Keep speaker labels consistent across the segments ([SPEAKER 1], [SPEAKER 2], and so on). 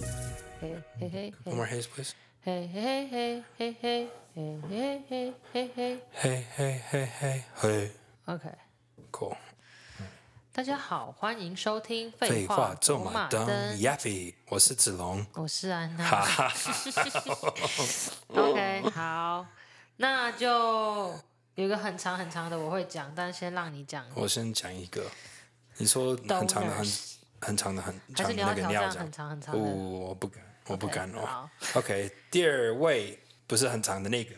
[SPEAKER 1] 嘿嘿嘿嘿
[SPEAKER 2] One more haze, please.
[SPEAKER 1] 嘿嘿嘿嘿嘿嘿嘿嘿嘿嘿。
[SPEAKER 2] Hey, hey, hey, hey, hey.
[SPEAKER 1] OK，
[SPEAKER 2] Cool.
[SPEAKER 1] 大家好，欢迎收听《
[SPEAKER 2] 废话
[SPEAKER 1] 走
[SPEAKER 2] 走
[SPEAKER 1] 马
[SPEAKER 2] 马
[SPEAKER 1] 灯
[SPEAKER 2] 灯》，Yappy，我是子龙。
[SPEAKER 1] 我是安
[SPEAKER 2] 哈
[SPEAKER 1] 娜。
[SPEAKER 2] 哈哈，
[SPEAKER 1] OK，好，那就有一个很长很长的我会讲，但先让你讲，
[SPEAKER 2] 我先讲一个，你说很长的很
[SPEAKER 1] Stoners
[SPEAKER 2] 很长的很
[SPEAKER 1] 还
[SPEAKER 2] 长
[SPEAKER 1] 是
[SPEAKER 2] 的
[SPEAKER 1] 你
[SPEAKER 2] 那
[SPEAKER 1] 要
[SPEAKER 2] 个
[SPEAKER 1] 挑
[SPEAKER 2] 你要
[SPEAKER 1] 战
[SPEAKER 2] 讲
[SPEAKER 1] 很？长很长
[SPEAKER 2] 不，
[SPEAKER 1] 的？
[SPEAKER 2] 哦我不敢，我不敢哦
[SPEAKER 1] 好。
[SPEAKER 2] OK，第二位不是很长的那个，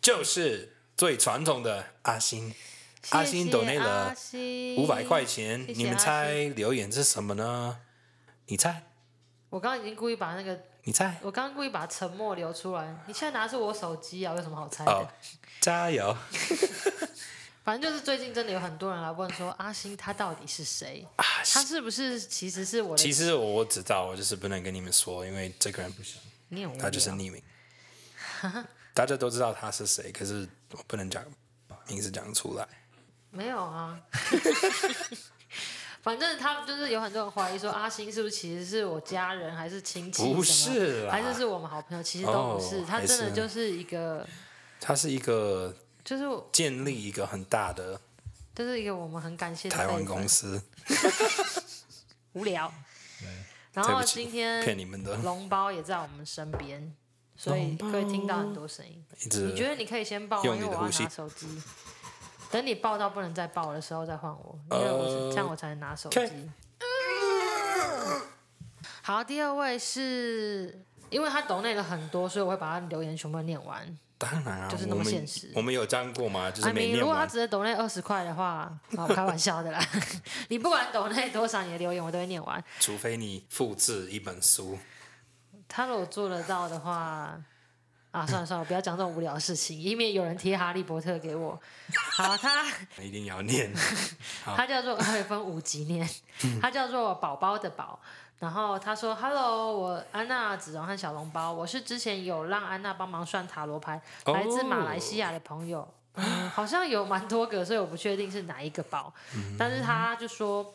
[SPEAKER 2] 就是最传统的阿星。阿
[SPEAKER 1] 谢
[SPEAKER 2] 星
[SPEAKER 1] 谢
[SPEAKER 2] 抖内了
[SPEAKER 1] 阿星
[SPEAKER 2] 五百块钱，
[SPEAKER 1] 谢谢
[SPEAKER 2] 你们
[SPEAKER 1] 阿
[SPEAKER 2] 猜留言是什么呢？你猜，
[SPEAKER 1] 我刚刚已经故意把那个，
[SPEAKER 2] 你猜，
[SPEAKER 1] 我刚刚故意把沉默留出来。你现在拿的是我手机啊，有什么好猜的？
[SPEAKER 2] 哦，加油！
[SPEAKER 1] 反正就是最近真的有很多人来问说，阿星他到底是谁？
[SPEAKER 2] 啊，
[SPEAKER 1] 他是不是其实是我的？
[SPEAKER 2] 其实我知道，我就是不能跟你们说，因为这个人不想，
[SPEAKER 1] 你很无
[SPEAKER 2] 他就是
[SPEAKER 1] 聊
[SPEAKER 2] 匿名。大家都知道他是谁，可是我不能讲把名字讲出来。
[SPEAKER 1] 没有啊。 反正他就是有很多人怀疑说，阿星是不是其实是我家人还是亲戚什么？
[SPEAKER 2] 不是啦
[SPEAKER 1] 还是是我们好朋友？其实都不是，
[SPEAKER 2] 哦
[SPEAKER 1] 他真的
[SPEAKER 2] 还是
[SPEAKER 1] 就是一个，
[SPEAKER 2] 他是一个
[SPEAKER 1] 就是
[SPEAKER 2] 建立一个很大的
[SPEAKER 1] 就是一个我们很感谢的
[SPEAKER 2] 台湾
[SPEAKER 1] 辈分
[SPEAKER 2] 公司，
[SPEAKER 1] 无聊。然
[SPEAKER 2] 对
[SPEAKER 1] 后
[SPEAKER 2] 不起
[SPEAKER 1] 嗯哦今天
[SPEAKER 2] 骗你们的，
[SPEAKER 1] 龙包也在我们身边，所以可以听到很多声音。
[SPEAKER 2] 一
[SPEAKER 1] 你觉
[SPEAKER 2] 直
[SPEAKER 1] 得你可以先报吗？因
[SPEAKER 2] 用你
[SPEAKER 1] 为
[SPEAKER 2] 的
[SPEAKER 1] 我要
[SPEAKER 2] 呼吸
[SPEAKER 1] 拿手机。等你报到不能再报的时候再换我，因为我是、
[SPEAKER 2] 呃
[SPEAKER 1] 这样我才能拿手
[SPEAKER 2] OK
[SPEAKER 1] 机。好，第二位是因为他抖内了很多，所以我会把他留言全部念完。
[SPEAKER 2] 当然啊，
[SPEAKER 1] 就是那
[SPEAKER 2] 我
[SPEAKER 1] 么
[SPEAKER 2] 们
[SPEAKER 1] 现实
[SPEAKER 2] 我们有沾过吗？就是
[SPEAKER 1] 啊，
[SPEAKER 2] 没
[SPEAKER 1] 你
[SPEAKER 2] 念
[SPEAKER 1] 如果他
[SPEAKER 2] 完。
[SPEAKER 1] 只是抖内二十块的话，啊，我开玩笑的啦。 你不管抖内多少，你的留言我都会念完。
[SPEAKER 2] 除非你复制一本书，
[SPEAKER 1] 他如果做得到的话，啊，算了算了，不要讲这种无聊的事情，以免有人贴哈利波特给我。好，他
[SPEAKER 2] 一定 要念。
[SPEAKER 1] 他叫做，他有分五级念，他叫做宝宝的宝。然后他说：“Hello，我安娜、子荣和小笼包，我是之前有让安娜帮忙算塔罗牌，
[SPEAKER 2] 哦
[SPEAKER 1] 来自马来西亚的朋友，嗯好像有蛮多个，所以我不确定是哪一个宝。但是他就说，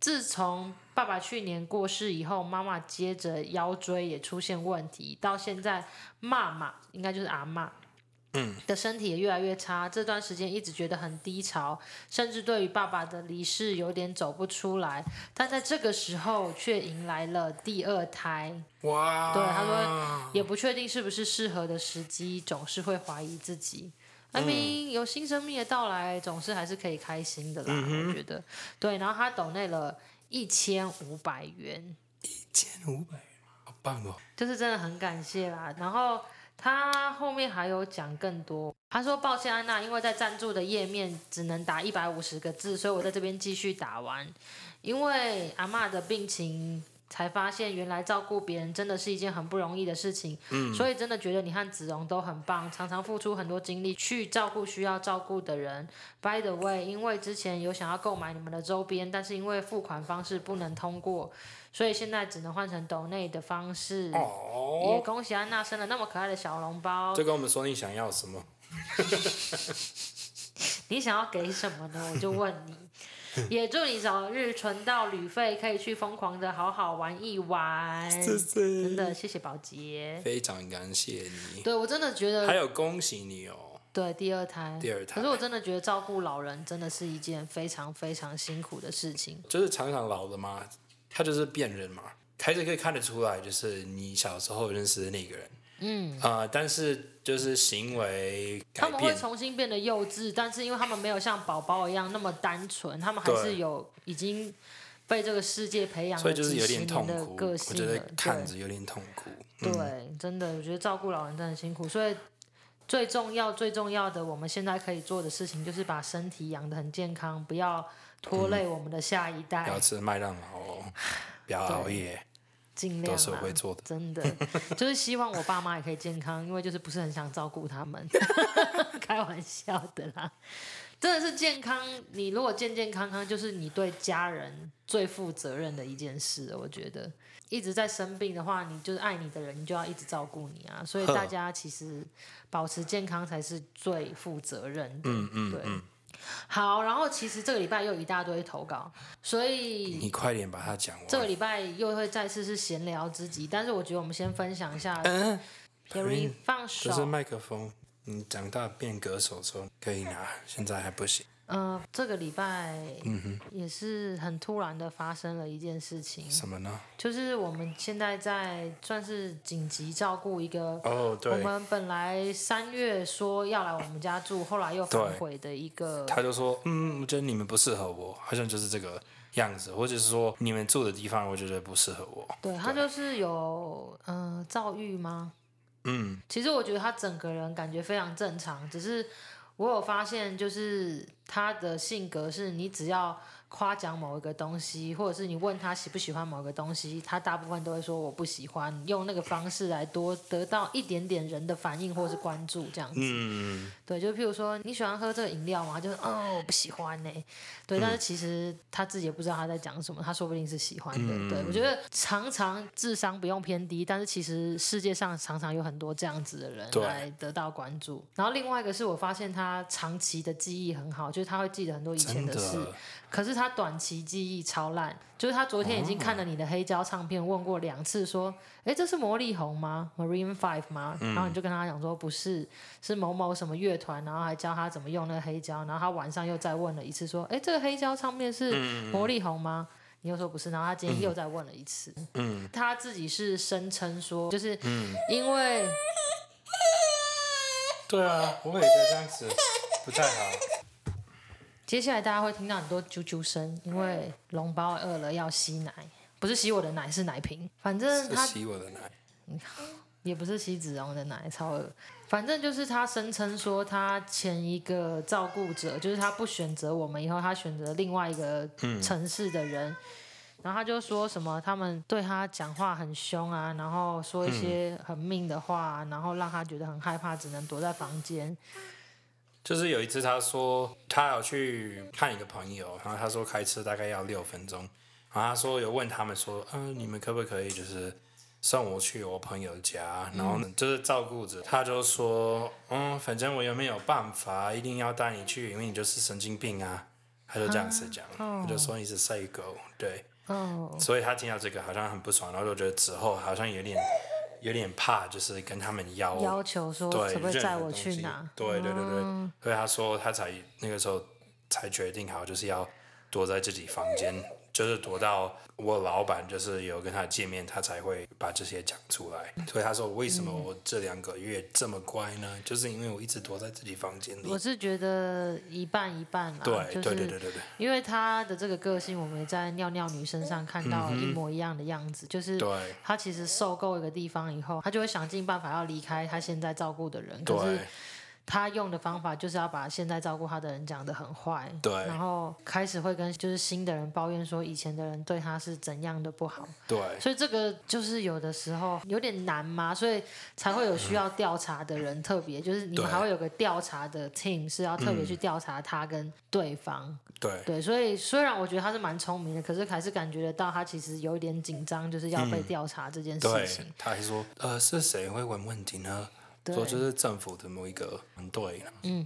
[SPEAKER 1] 自从爸爸去年过世以后，妈妈接着腰椎也出现问题，到现在妈妈应该就是阿妈。的身体也越来越差，这段时间一直觉得很低潮，甚至对于爸爸的离世有点走不出来。但在这个时候，却迎来了第二胎，
[SPEAKER 2] 哇！
[SPEAKER 1] 对，他说也不确定是不是适合的时机，总是会怀疑自己。I mean，、有新生命的到来，总是还是可以开心的啦，我觉得。对，然后他抖内了一千五百元，
[SPEAKER 2] 一千五百元，好棒哦！
[SPEAKER 1] 就是真的很感谢啦。然后他后面还有讲更多，他说抱歉安娜，因为在赞助的页面只能打一百五十个字，所以我在这边继续打完。因为阿嬷的病情，才发现原来照顾别人真的是一件很不容易的事情。嗯，所以真的觉得你和子荣都很棒，常常付出很多精力去照顾需要照顾的人。By the way，因为之前有想要购买你们的周边，但是因为付款方式不能通过，所以现在只能换成抖内的方式。也
[SPEAKER 2] 哦，
[SPEAKER 1] 恭喜安娜生了那么可爱的小笼包
[SPEAKER 2] 就。跟我们说你想要什么。
[SPEAKER 1] 你想要给什么 呢？我就问你。也祝你早日存到旅费，可以去疯狂的好好玩一玩。
[SPEAKER 2] 谢谢
[SPEAKER 1] 哎真的，谢谢宝洁。
[SPEAKER 2] 非常感谢你，
[SPEAKER 1] 对我真的觉
[SPEAKER 2] 还
[SPEAKER 1] 得，
[SPEAKER 2] 有恭喜你哦！
[SPEAKER 1] 对第二胎，
[SPEAKER 2] 第二胎
[SPEAKER 1] 可是我真的觉得照顾老人真的是一件非常非常辛苦的事情。
[SPEAKER 2] 就是常常老的嘛，他就是变人嘛，还是可以看得出来，就是你小时候认识的那个人，嗯啊、但是就是行为
[SPEAKER 1] 他
[SPEAKER 2] 改
[SPEAKER 1] 们会
[SPEAKER 2] 变，
[SPEAKER 1] 重新变得幼稚，但是因为他们没有像宝宝一样那么单纯，他们还
[SPEAKER 2] 对
[SPEAKER 1] 是有已经被这个世界培养
[SPEAKER 2] 所
[SPEAKER 1] 了
[SPEAKER 2] 以
[SPEAKER 1] 几
[SPEAKER 2] 就是有
[SPEAKER 1] 十
[SPEAKER 2] 点
[SPEAKER 1] 年
[SPEAKER 2] 痛
[SPEAKER 1] 的
[SPEAKER 2] 苦。
[SPEAKER 1] 个
[SPEAKER 2] 我
[SPEAKER 1] 性
[SPEAKER 2] 觉
[SPEAKER 1] 了。
[SPEAKER 2] 得看
[SPEAKER 1] 对
[SPEAKER 2] 着有点痛苦。
[SPEAKER 1] 对，真的，我觉得照顾老人真的很辛苦，所以最重要、最重要的，我们现在可以做的事情就是把身体养得很健康，不要拖累我们的下一代
[SPEAKER 2] 不，要吃麦当劳哦，不要熬夜，
[SPEAKER 1] 尽量
[SPEAKER 2] 都
[SPEAKER 1] 啦
[SPEAKER 2] 是我会做的。
[SPEAKER 1] 真 的，就是希望我爸妈也可以健康，因为就是不是很想照顾他们， 开玩笑的啦。真的是健康，你如果健健康康，就是你对家人最负责任的一件事了。我觉得一直在生病的话，你就是爱你的人，你就要一直照顾你啊。所以大家其实保持健康才是最负责任的。
[SPEAKER 2] 嗯嗯
[SPEAKER 1] 对。
[SPEAKER 2] 嗯，
[SPEAKER 1] 好，然后其实这个礼拜又有一大堆投稿，所以
[SPEAKER 2] 你快点把它讲完。
[SPEAKER 1] 这个礼拜又会再次是闲聊之集。但是我觉得我们先分享一下
[SPEAKER 2] 嗯，
[SPEAKER 1] Perry 放
[SPEAKER 2] 这是
[SPEAKER 1] 手，
[SPEAKER 2] 麦克风。你长大变歌手之后可以拿，现在还不行。
[SPEAKER 1] 嗯、这个礼拜
[SPEAKER 2] 嗯哼，
[SPEAKER 1] 也是很突然的发生了一件事情，
[SPEAKER 2] 什么呢？
[SPEAKER 1] 就是我们现在在算是紧急照顾一个。
[SPEAKER 2] 哦，
[SPEAKER 1] 我
[SPEAKER 2] 对，
[SPEAKER 1] 们本来三月说要来我们家住，后来又反
[SPEAKER 2] 对
[SPEAKER 1] 悔的一个
[SPEAKER 2] 他就说，嗯，我觉得你们不适合我，好像就是这个样子，或者是说你们住的地方，我觉得不适合我。
[SPEAKER 1] 对他就是有嗯、呃躁郁吗？
[SPEAKER 2] 嗯，
[SPEAKER 1] 其实我觉得他整个人感觉非常正常，只是我有发现，就是他的性格是你只要夸奖某一个东西，或者是你问他喜不喜欢某个东西，他大部分都会说我不喜欢，用那个方式来多得到一点点人的反应或是关注这样子。
[SPEAKER 2] 嗯，
[SPEAKER 1] 对，就譬如说你喜欢喝这个饮料吗？就是哦，我不喜欢呢、对，
[SPEAKER 2] 嗯
[SPEAKER 1] 但是其实他自己也不知道他在讲什么，他说不定是喜欢的。对
[SPEAKER 2] 嗯
[SPEAKER 1] 我觉得常常智商不用偏低，但是其实世界上常常有很多这样子的人
[SPEAKER 2] 对
[SPEAKER 1] 来得到关注。然后另外一个是我发现他长期的记忆很好，就是他会记得很多以前
[SPEAKER 2] 真
[SPEAKER 1] 的事，
[SPEAKER 2] 的，
[SPEAKER 1] 可是他短期记忆超烂，就是他昨天已经看了你的黑胶唱片，问过两次说：“诶，这是魔力红吗？Marine Five 吗？”然后你就跟他讲说：“不是，是某某什么乐团。”然后还教他怎么用那个黑胶。然后他晚上又再问了一次说：“诶，这个黑胶唱片是魔力红吗？”你又说不是，然后他今天又再问了一次。
[SPEAKER 2] 嗯，
[SPEAKER 1] 他自己是声称说，就是因为
[SPEAKER 2] 对啊，我也觉得这样子不太好。
[SPEAKER 1] 接下来大家会听到很多啾啾声，因为龙包饿了要吸奶，不是吸我的奶，是奶瓶。反正
[SPEAKER 2] 是
[SPEAKER 1] 他
[SPEAKER 2] 洗我的奶，
[SPEAKER 1] 也不是吸子哦荣的奶，超恶。反正就是他声称说，他前一个照顾者，就是他不选择我们以后，他选择另外一个
[SPEAKER 2] 嗯
[SPEAKER 1] 城市的人。然后他就说什么，他们对他讲话很凶啊，然后说一些很命的话啊、然后让他觉得很害怕，只能躲在房间。
[SPEAKER 2] 就是有一次他说他有去看一个朋友，然后他说开车大概要六分钟，然后他说有问他们说，嗯、你们可不可以就是送我去我朋友家，然后呢就是照顾着，他就说，嗯，反正我又没有办法，一定要带你去，因为你就是神经病啊，他就这样子讲，他就说你是赛狗，对，
[SPEAKER 1] 哦，
[SPEAKER 2] 所以他听到这个好像很不爽，然后就觉得之后好像有点有点怕，就是跟他们邀
[SPEAKER 1] 要求说
[SPEAKER 2] 对，
[SPEAKER 1] 可不可以
[SPEAKER 2] 任何
[SPEAKER 1] 载我
[SPEAKER 2] 东
[SPEAKER 1] 去
[SPEAKER 2] 西
[SPEAKER 1] 哪？嗯
[SPEAKER 2] 对对对对，所以他说他才那个时候才决定好，就是要躲在自己房间，就是躲到我老板就是有跟他见面，他才会把这些讲出来。所以他说为什
[SPEAKER 1] 嗯
[SPEAKER 2] 么我这两个月这么乖呢？就是因为我一直躲在自己房间里
[SPEAKER 1] 我。是觉得一半一半啦，
[SPEAKER 2] 对
[SPEAKER 1] 就是
[SPEAKER 2] 对对对对对，
[SPEAKER 1] 因为她的这个个性，我们也在尿尿女身上看到一模一样的样子，就是
[SPEAKER 2] 嗯对
[SPEAKER 1] 她其实受够一个地方以后，她就会想尽办法要离开她现在照顾的人，可是
[SPEAKER 2] 对
[SPEAKER 1] 她用的方法就是要把现在照顾她的人讲得很坏，
[SPEAKER 2] 对
[SPEAKER 1] 然后开始会跟就是新的人抱怨说以前的人对她是怎样的不好，
[SPEAKER 2] 对
[SPEAKER 1] 所以这个就是有的时候有点难嘛，所以才会有需要调查的人特别，就是你们
[SPEAKER 2] 对嗯
[SPEAKER 1] 还会有个调查的 team 是要特别去调查他跟对方。
[SPEAKER 2] 对
[SPEAKER 1] 对，所以虽然我觉得他是蛮聪明的，可是还是感觉得到他其实有一点紧张，就是要被调查这件事
[SPEAKER 2] 嗯对
[SPEAKER 1] 情。，
[SPEAKER 2] 他还说呃是谁会问问题呢？
[SPEAKER 1] 对
[SPEAKER 2] 说这是政府的某一个团队，嗯，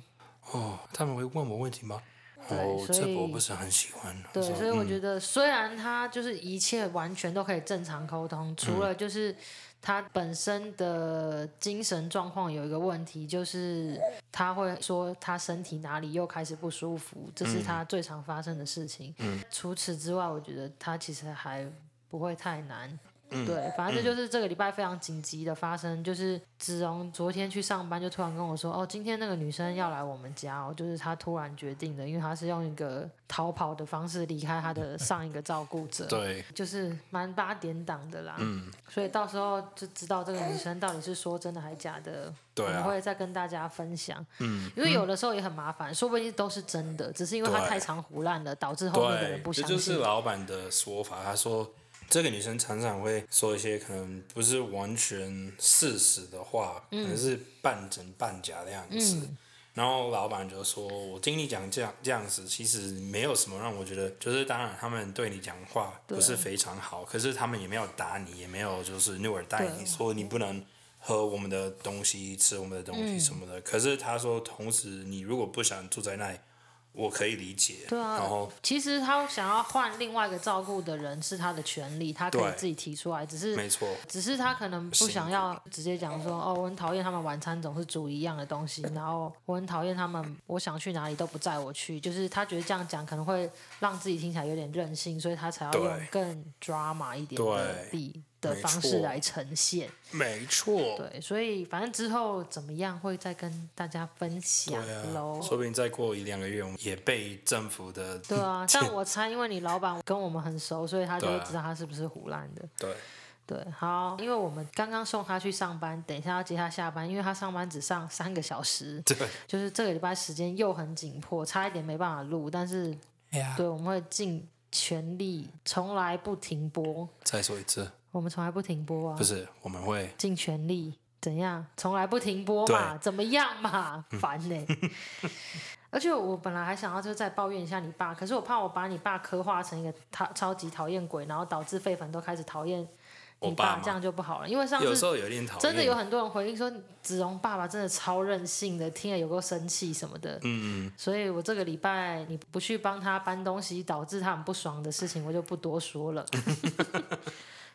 [SPEAKER 2] 哦，他们会问我问题吗？
[SPEAKER 1] 对
[SPEAKER 2] 哦，
[SPEAKER 1] 所
[SPEAKER 2] 这
[SPEAKER 1] 以
[SPEAKER 2] 我不是很喜欢。
[SPEAKER 1] 对，
[SPEAKER 2] 说嗯
[SPEAKER 1] 所以我觉得虽然他就是一切完全都可以正常沟通，
[SPEAKER 2] 嗯
[SPEAKER 1] 除了就是他本身的精神状况有一个问题，就是他会说他身体哪里又开始不舒服，这
[SPEAKER 2] 嗯
[SPEAKER 1] 是他最常发生的事情。除此之外，我觉得他其实还不会太难。对，反正这就是这个礼拜非常紧急的发生，就是子荣昨天去上班就突然跟我说，哦，今天那个女生要来我们家哦，就是她突然决定的，因为她是用一个逃跑的方式离开她的上一个照顾者，
[SPEAKER 2] 对
[SPEAKER 1] 就是蛮八点档的啦，
[SPEAKER 2] 嗯
[SPEAKER 1] 所以到时候就知道这个女生到底是说真的还假的，
[SPEAKER 2] 对
[SPEAKER 1] 我们
[SPEAKER 2] 啊嗯
[SPEAKER 1] 会再跟大家分享，因为有的时候也很麻烦，说不定都是真的，只是因为她
[SPEAKER 2] 对
[SPEAKER 1] 太常胡乱了，导致后面的人
[SPEAKER 2] 对
[SPEAKER 1] 不，
[SPEAKER 2] 这
[SPEAKER 1] 相
[SPEAKER 2] 就
[SPEAKER 1] 信
[SPEAKER 2] 是。老板的说法。他说这个女生常常会说一些可能不是完全事实的话，可
[SPEAKER 1] 嗯
[SPEAKER 2] 能是半真半假的样子。然后老板就说：“我听你讲这样这样子，其实没有什么让我觉得，就是当然他们对你讲话不是非常好，可是他们也没有打你，也没有就是虐待
[SPEAKER 1] 对
[SPEAKER 2] 你，说你不能喝我们的
[SPEAKER 1] 嗯
[SPEAKER 2] 东西、吃我们的东西什么的。可是他说，同时你如果不想住在那里，我可以理解。
[SPEAKER 1] 对啊
[SPEAKER 2] 然后
[SPEAKER 1] 其实他想要换另外一个照顾的人是他的权利，他可以
[SPEAKER 2] 对
[SPEAKER 1] 自己提出来，只是
[SPEAKER 2] 没错，
[SPEAKER 1] 只是他可能不想要直接讲说，哦，我很讨厌他们晚餐总是煮一样的东西，然后我很讨厌他们，我想去哪里都不载我去，就是他觉得这样讲可能会让自己听起来有点任性，所以他才要
[SPEAKER 2] 对
[SPEAKER 1] 用更 drama 一点的
[SPEAKER 2] 对
[SPEAKER 1] 地的
[SPEAKER 2] 没
[SPEAKER 1] 方式
[SPEAKER 2] 错
[SPEAKER 1] 来呈现。
[SPEAKER 2] 没错，
[SPEAKER 1] 对，所以反正之后怎么样会再跟大家分享
[SPEAKER 2] 对
[SPEAKER 1] 喽。
[SPEAKER 2] 啊，说不定再过一两个月，我们也被政府的
[SPEAKER 1] 对啊，但我猜，因为你老板跟我们很熟，所以他就会
[SPEAKER 2] 对啊
[SPEAKER 1] 知道他是不是胡乱的。
[SPEAKER 2] 对
[SPEAKER 1] 对，好，因为我们刚刚送他去上班，等一下要接他下班，因为他上班只上三个小时，
[SPEAKER 2] 对，
[SPEAKER 1] 就是这个礼拜时间又很紧迫，差一点没办法录，但是
[SPEAKER 2] 哎呀，
[SPEAKER 1] 对，我们会尽全力，从来不停播，
[SPEAKER 2] 再说一次，
[SPEAKER 1] 我们从来不停播啊
[SPEAKER 2] 不，是我们会
[SPEAKER 1] 尽全力，怎样？从来不停播嘛，怎么样嘛？
[SPEAKER 2] 嗯
[SPEAKER 1] 烦呢、 而且我本来还想要就再抱怨一下你爸，可是我怕我把你爸刻画成一个他超级讨厌鬼，然后导致废粉都开始讨厌
[SPEAKER 2] 我
[SPEAKER 1] 你
[SPEAKER 2] 爸
[SPEAKER 1] 这
[SPEAKER 2] 嘛，
[SPEAKER 1] 样就不好了。因为上
[SPEAKER 2] 有
[SPEAKER 1] 次
[SPEAKER 2] 时候有点讨厌，
[SPEAKER 1] 真的有很多人回应说，子荣爸爸真的超任性的，听了有够生气什么的。
[SPEAKER 2] 嗯，嗯，
[SPEAKER 1] 所以我这个礼拜你不去帮他搬东西，导致他很不爽的事情，我就不多说了。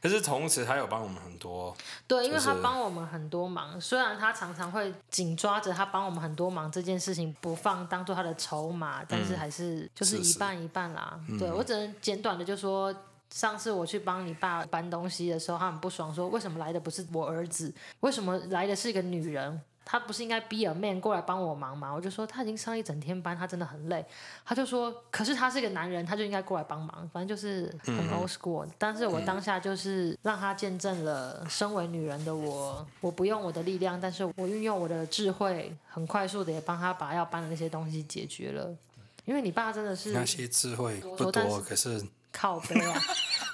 [SPEAKER 2] 可是同时他有帮我们很多，
[SPEAKER 1] 对，因为
[SPEAKER 2] 就是
[SPEAKER 1] 他帮我们很多忙，虽然他常常会紧抓着他帮我们很多忙这件事情不放，当做他的筹码，但是还是就是
[SPEAKER 2] 嗯是
[SPEAKER 1] 一
[SPEAKER 2] 是嗯
[SPEAKER 1] 半一半啦。对我只能简短的就说。上次我去帮你爸搬东西的时候，他很不爽，说为什么来的不是我儿子，为什么来的是一个女人？他不是应该 be a man 过来帮我忙吗？我就说他已经上一整天班，他真的很累。他就说，可是他是个男人，他就应该过来帮忙。反正就是很 old school、但是我当下就是让他见证了身为女人的我，我不用我的力量，但是我运用我的智慧，很快速的也帮他把要搬的那些东西解决了。因为你爸真的是
[SPEAKER 2] 那些智慧不
[SPEAKER 1] 但是
[SPEAKER 2] 多，可是
[SPEAKER 1] 靠背啊。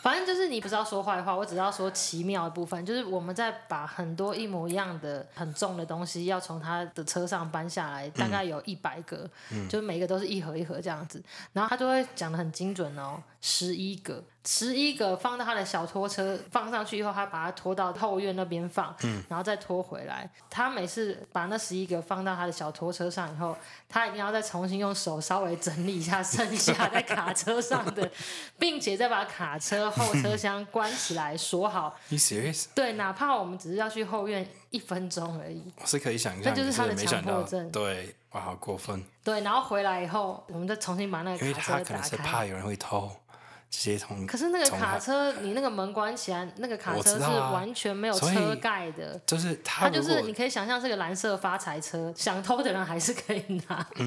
[SPEAKER 1] 反正就是你不是要说坏话，我只是要说奇妙的部分，就是我们在把很多一模一样的很重的东西要从他的车上搬下来，大概有一百个，就是每个都是一盒一盒这样子，然后他就会讲的很精准哦，十一个，十一个放到他的小拖车放上去以后，他把它拖到后院那边放，然后再拖回来。他每次把那十一个放到他的小拖车上以后，他一定要再重新用手稍微整理一下剩下在卡车上的，并且再把卡车后车厢关起来锁 好。
[SPEAKER 2] 你 serious，
[SPEAKER 1] 对，哪怕我们只是要去后院一分钟而已。
[SPEAKER 2] 我是可以想
[SPEAKER 1] 那
[SPEAKER 2] 象，
[SPEAKER 1] 就是
[SPEAKER 2] 可
[SPEAKER 1] 他的
[SPEAKER 2] 没想
[SPEAKER 1] 强迫
[SPEAKER 2] 到
[SPEAKER 1] 症，
[SPEAKER 2] 对，哇，好过分，
[SPEAKER 1] 对，然后回来以后，我们再重新把那
[SPEAKER 2] 因
[SPEAKER 1] 个
[SPEAKER 2] 为
[SPEAKER 1] 卡
[SPEAKER 2] 他
[SPEAKER 1] 车
[SPEAKER 2] 可
[SPEAKER 1] 打
[SPEAKER 2] 能是
[SPEAKER 1] 开。
[SPEAKER 2] 怕有人会偷，直接从
[SPEAKER 1] 可是那个
[SPEAKER 2] 从
[SPEAKER 1] 卡
[SPEAKER 2] 他
[SPEAKER 1] 车，你那个门关起来，那个卡
[SPEAKER 2] 我
[SPEAKER 1] 车
[SPEAKER 2] 知
[SPEAKER 1] 是
[SPEAKER 2] 道啊
[SPEAKER 1] 完全没有
[SPEAKER 2] 所以
[SPEAKER 1] 车盖的。
[SPEAKER 2] 就是他
[SPEAKER 1] 它
[SPEAKER 2] 如
[SPEAKER 1] 就
[SPEAKER 2] 果
[SPEAKER 1] 是你可以想象是个蓝色发财车，想偷的人还是可以拿。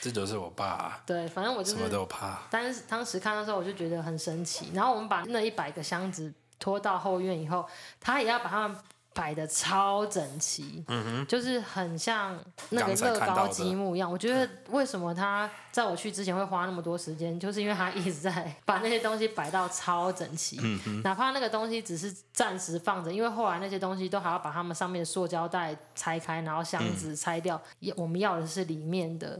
[SPEAKER 2] 这就是我爸啊，
[SPEAKER 1] 对，反正我就
[SPEAKER 2] 什
[SPEAKER 1] 是
[SPEAKER 2] 么都怕。
[SPEAKER 1] 当时当时看到的时候，我就觉得很神奇。然后我们把那一百个箱子拖到后院以后，他也要把它们摆的超整齐，就是很像那个
[SPEAKER 2] 嗯刚才
[SPEAKER 1] 乐
[SPEAKER 2] 看到
[SPEAKER 1] 高
[SPEAKER 2] 的
[SPEAKER 1] 积木一样。我觉得为什么他在我去之前会花那么多时间，就是因为他一直在 把那些东西摆到超整齐，
[SPEAKER 2] 嗯
[SPEAKER 1] 哪怕那个东西只是暂时放着，因为后来那些东西都还要把它们上面的塑胶袋拆开，然后箱
[SPEAKER 2] 嗯
[SPEAKER 1] 子拆掉。也我们要的是里面的，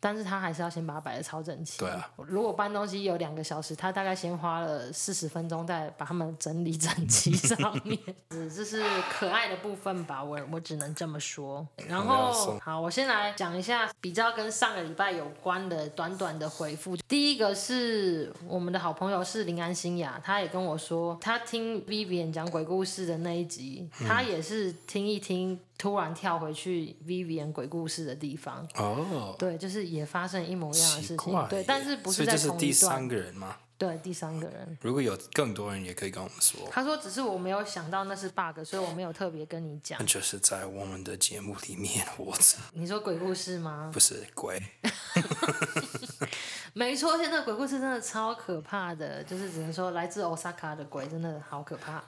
[SPEAKER 1] 但是他还是要先把它摆的超整齐。
[SPEAKER 2] 对啊，
[SPEAKER 1] 如果搬东西有两个小时，他大概先花了四十分钟在把它们整理整齐上面，只这是可爱的部分吧，我我只能这么说。然
[SPEAKER 2] 我要
[SPEAKER 1] 后
[SPEAKER 2] 送
[SPEAKER 1] 好，我先来讲一下比较跟上个礼拜有关的短短的回复。第一个是我们的好朋友是林安心雅，她也跟我说，她听 Vivian 讲鬼故事的那一集，她也是听一听，突然跳回去 Vivian 鬼故事的地方。
[SPEAKER 2] 哦，
[SPEAKER 1] 对，就是也发生一模一样的
[SPEAKER 2] 奇
[SPEAKER 1] 事
[SPEAKER 2] 怪
[SPEAKER 1] 情
[SPEAKER 2] 耶，，
[SPEAKER 1] 对，但是不
[SPEAKER 2] 所以
[SPEAKER 1] 在
[SPEAKER 2] 这是
[SPEAKER 1] 同
[SPEAKER 2] 第
[SPEAKER 1] 一段
[SPEAKER 2] 三，个人嘛？
[SPEAKER 1] 对，第三个人。
[SPEAKER 2] 如果有更多人也可以跟我们说，
[SPEAKER 1] 他说：“只是我没有想到那是 bug，所以我没有特别跟你讲
[SPEAKER 2] 那。就是在我们的节目里面，我操
[SPEAKER 1] 你说鬼故事吗？
[SPEAKER 2] 不是鬼，
[SPEAKER 1] 没错，现在鬼故事真的超可怕的，就是只能说来自 Osaka 的鬼真的好可怕。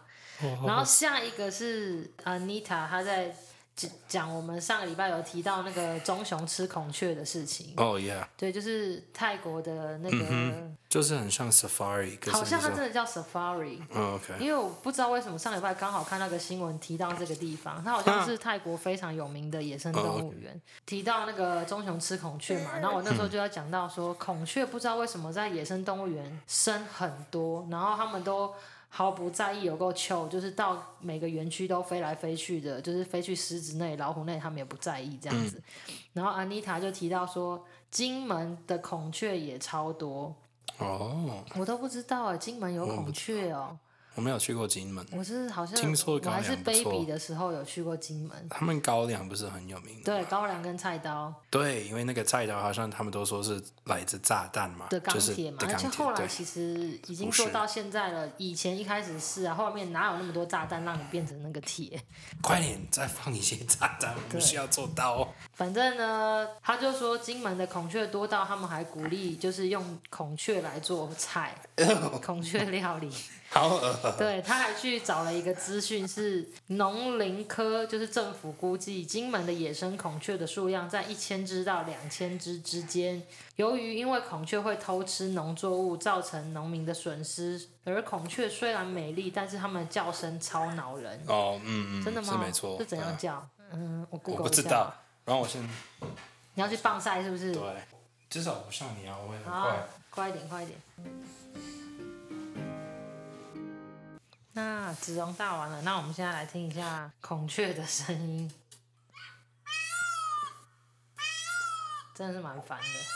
[SPEAKER 2] 哦
[SPEAKER 1] 然后下一个是 Anita，她在讲讲我们上个礼拜有提到那个棕熊吃孔雀的事情，
[SPEAKER 2] 哦耶，
[SPEAKER 1] 对，就是泰国的那个，
[SPEAKER 2] 就是很像 safari，可是
[SPEAKER 1] 好像它
[SPEAKER 2] 你
[SPEAKER 1] 真
[SPEAKER 2] 说
[SPEAKER 1] 的叫 Safari。
[SPEAKER 2] 哦 OK，
[SPEAKER 1] 因为我不知道为什么上礼拜刚好看那个新闻提到这个地方，它好像是泰国非常有名的野生动物园，提到那个棕熊吃孔雀嘛，然后我那时候就要讲到说，孔雀不知道为什么在野生动物园生很多，然后他们都。毫不在意，有够糗，就是到每个园区都飞来飞去的，就是飞去狮子内、老虎内，他们也不在意这样子。然后安妮塔就提到说，金门的孔雀也超多，
[SPEAKER 2] 哦，
[SPEAKER 1] 我都不知道哎、金门有
[SPEAKER 2] 我也
[SPEAKER 1] 孔
[SPEAKER 2] 不
[SPEAKER 1] 雀哦、
[SPEAKER 2] 我没有去过金门，
[SPEAKER 1] 我是好像
[SPEAKER 2] 听说
[SPEAKER 1] 我还
[SPEAKER 2] 高
[SPEAKER 1] 是
[SPEAKER 2] 粱不错
[SPEAKER 1] baby 的时候有去过金门，
[SPEAKER 2] 他们高粱不是很有名吗
[SPEAKER 1] 对，高粱跟菜刀
[SPEAKER 2] 对，因为那个菜刀好像他们都说是来自炸弹嘛，
[SPEAKER 1] 的钢
[SPEAKER 2] 就是
[SPEAKER 1] 铁嘛，
[SPEAKER 2] 的
[SPEAKER 1] 而
[SPEAKER 2] 钢
[SPEAKER 1] 且
[SPEAKER 2] 铁，
[SPEAKER 1] 后来
[SPEAKER 2] 对，
[SPEAKER 1] 其实已经
[SPEAKER 2] 不
[SPEAKER 1] 做
[SPEAKER 2] 是
[SPEAKER 1] 到现在了，以前一开始是啊，后面哪有那么多炸弹让你变成那个铁？
[SPEAKER 2] 快点再放一些炸弹，我
[SPEAKER 1] 对
[SPEAKER 2] 们需要做刀。
[SPEAKER 1] 反正呢，他就说金门的孔雀多到他们还鼓励，就是用孔雀来做 菜，孔雀料理。
[SPEAKER 2] 好呃恶，
[SPEAKER 1] 对，他还去找了一个资讯是农林科，就是政府估计金门的野生孔雀的数量在一千只到两千只之间。由于因为孔雀会偷吃农作物，造成农民的损失。而孔雀虽然美丽，但是它们的叫声超恼人。
[SPEAKER 2] 哦，嗯嗯，
[SPEAKER 1] 真的吗？
[SPEAKER 2] 是没错，
[SPEAKER 1] 是怎样
[SPEAKER 2] 嗯
[SPEAKER 1] 叫？嗯，我 Google
[SPEAKER 2] 我不知
[SPEAKER 1] 一下
[SPEAKER 2] 道。然后我先
[SPEAKER 1] 你要去棒赛是不是？
[SPEAKER 2] 对，至少不像你啊，我会很
[SPEAKER 1] 好
[SPEAKER 2] 快。，
[SPEAKER 1] 快一点，快一点。那子龙大完了，那我们现在来听一下孔雀的声音，真的是蛮烦的。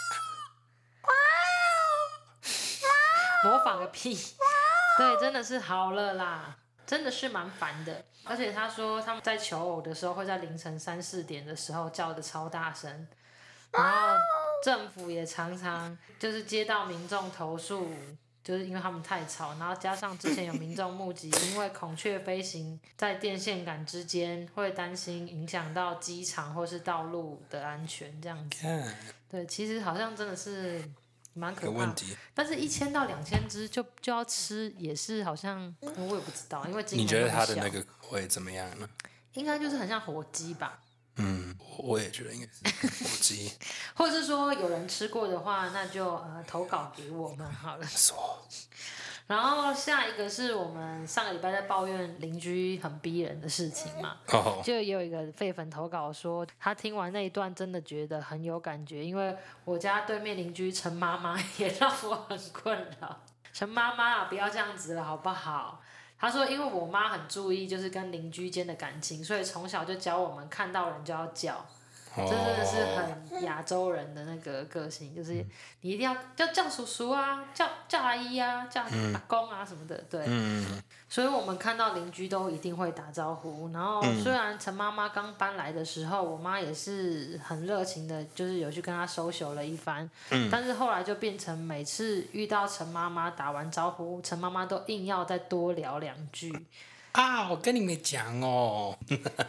[SPEAKER 1] 模仿个屁！对，真的是好了啦，真的是蛮烦的。而且他说他们在求偶的时候会在凌晨三四点的时候叫的超大声，然后政府也常常就是接到民众投诉，就是因为他们太吵，然后加上之前有民众目击，因为孔雀飞行在电线杆之间，会担心影响到机场或是道路的安全，这样子。
[SPEAKER 2] 看，
[SPEAKER 1] 对，其实好像真的是蛮可
[SPEAKER 2] 嗯有
[SPEAKER 1] 怕
[SPEAKER 2] 问
[SPEAKER 1] 的。
[SPEAKER 2] 题，
[SPEAKER 1] 但是，一千到两千只就就要吃，也是好像我也不知道，因为金
[SPEAKER 2] 你
[SPEAKER 1] 门
[SPEAKER 2] 觉得
[SPEAKER 1] 很
[SPEAKER 2] 它的
[SPEAKER 1] 小
[SPEAKER 2] 那个会怎么样呢？
[SPEAKER 1] 应该就是很像火鸡吧，
[SPEAKER 2] 嗯，我我也觉得应该是火 鸡。
[SPEAKER 1] 或者是说有人吃过的话，那就呃投稿给我们好了。
[SPEAKER 2] 说
[SPEAKER 1] 然后下一个是我们上个礼拜在抱怨邻居很逼人的事情嘛，
[SPEAKER 2] 哦，
[SPEAKER 1] 就也有一个废粉投稿说，他听完那一段真的觉得很有感觉，因为我家对面邻居陈妈妈也让我很困扰。 陈妈妈啊，不要这样子了，好不好？她说，因为我妈很注意就是跟邻居间的感情，所以从小就教我们看到人就要叫，这真的是
[SPEAKER 2] 哦，
[SPEAKER 1] 很亚洲人的那个个性，就是
[SPEAKER 2] 嗯
[SPEAKER 1] 你一定要叫叫叔叔啊，叫叫阿姨啊，叫阿公啊什么的，对。
[SPEAKER 2] 嗯，
[SPEAKER 1] 所以我们看到邻居都一定会打招呼。然后
[SPEAKER 2] 嗯
[SPEAKER 1] 虽然陈妈妈刚搬来的时候，我妈也是很热情的，就是有去跟她收手了一番。
[SPEAKER 2] 嗯
[SPEAKER 1] 但是后来就变成每次遇到陈妈妈打完招呼，陈妈妈都硬要再多聊两 句。
[SPEAKER 2] 啊，我跟你们讲哦，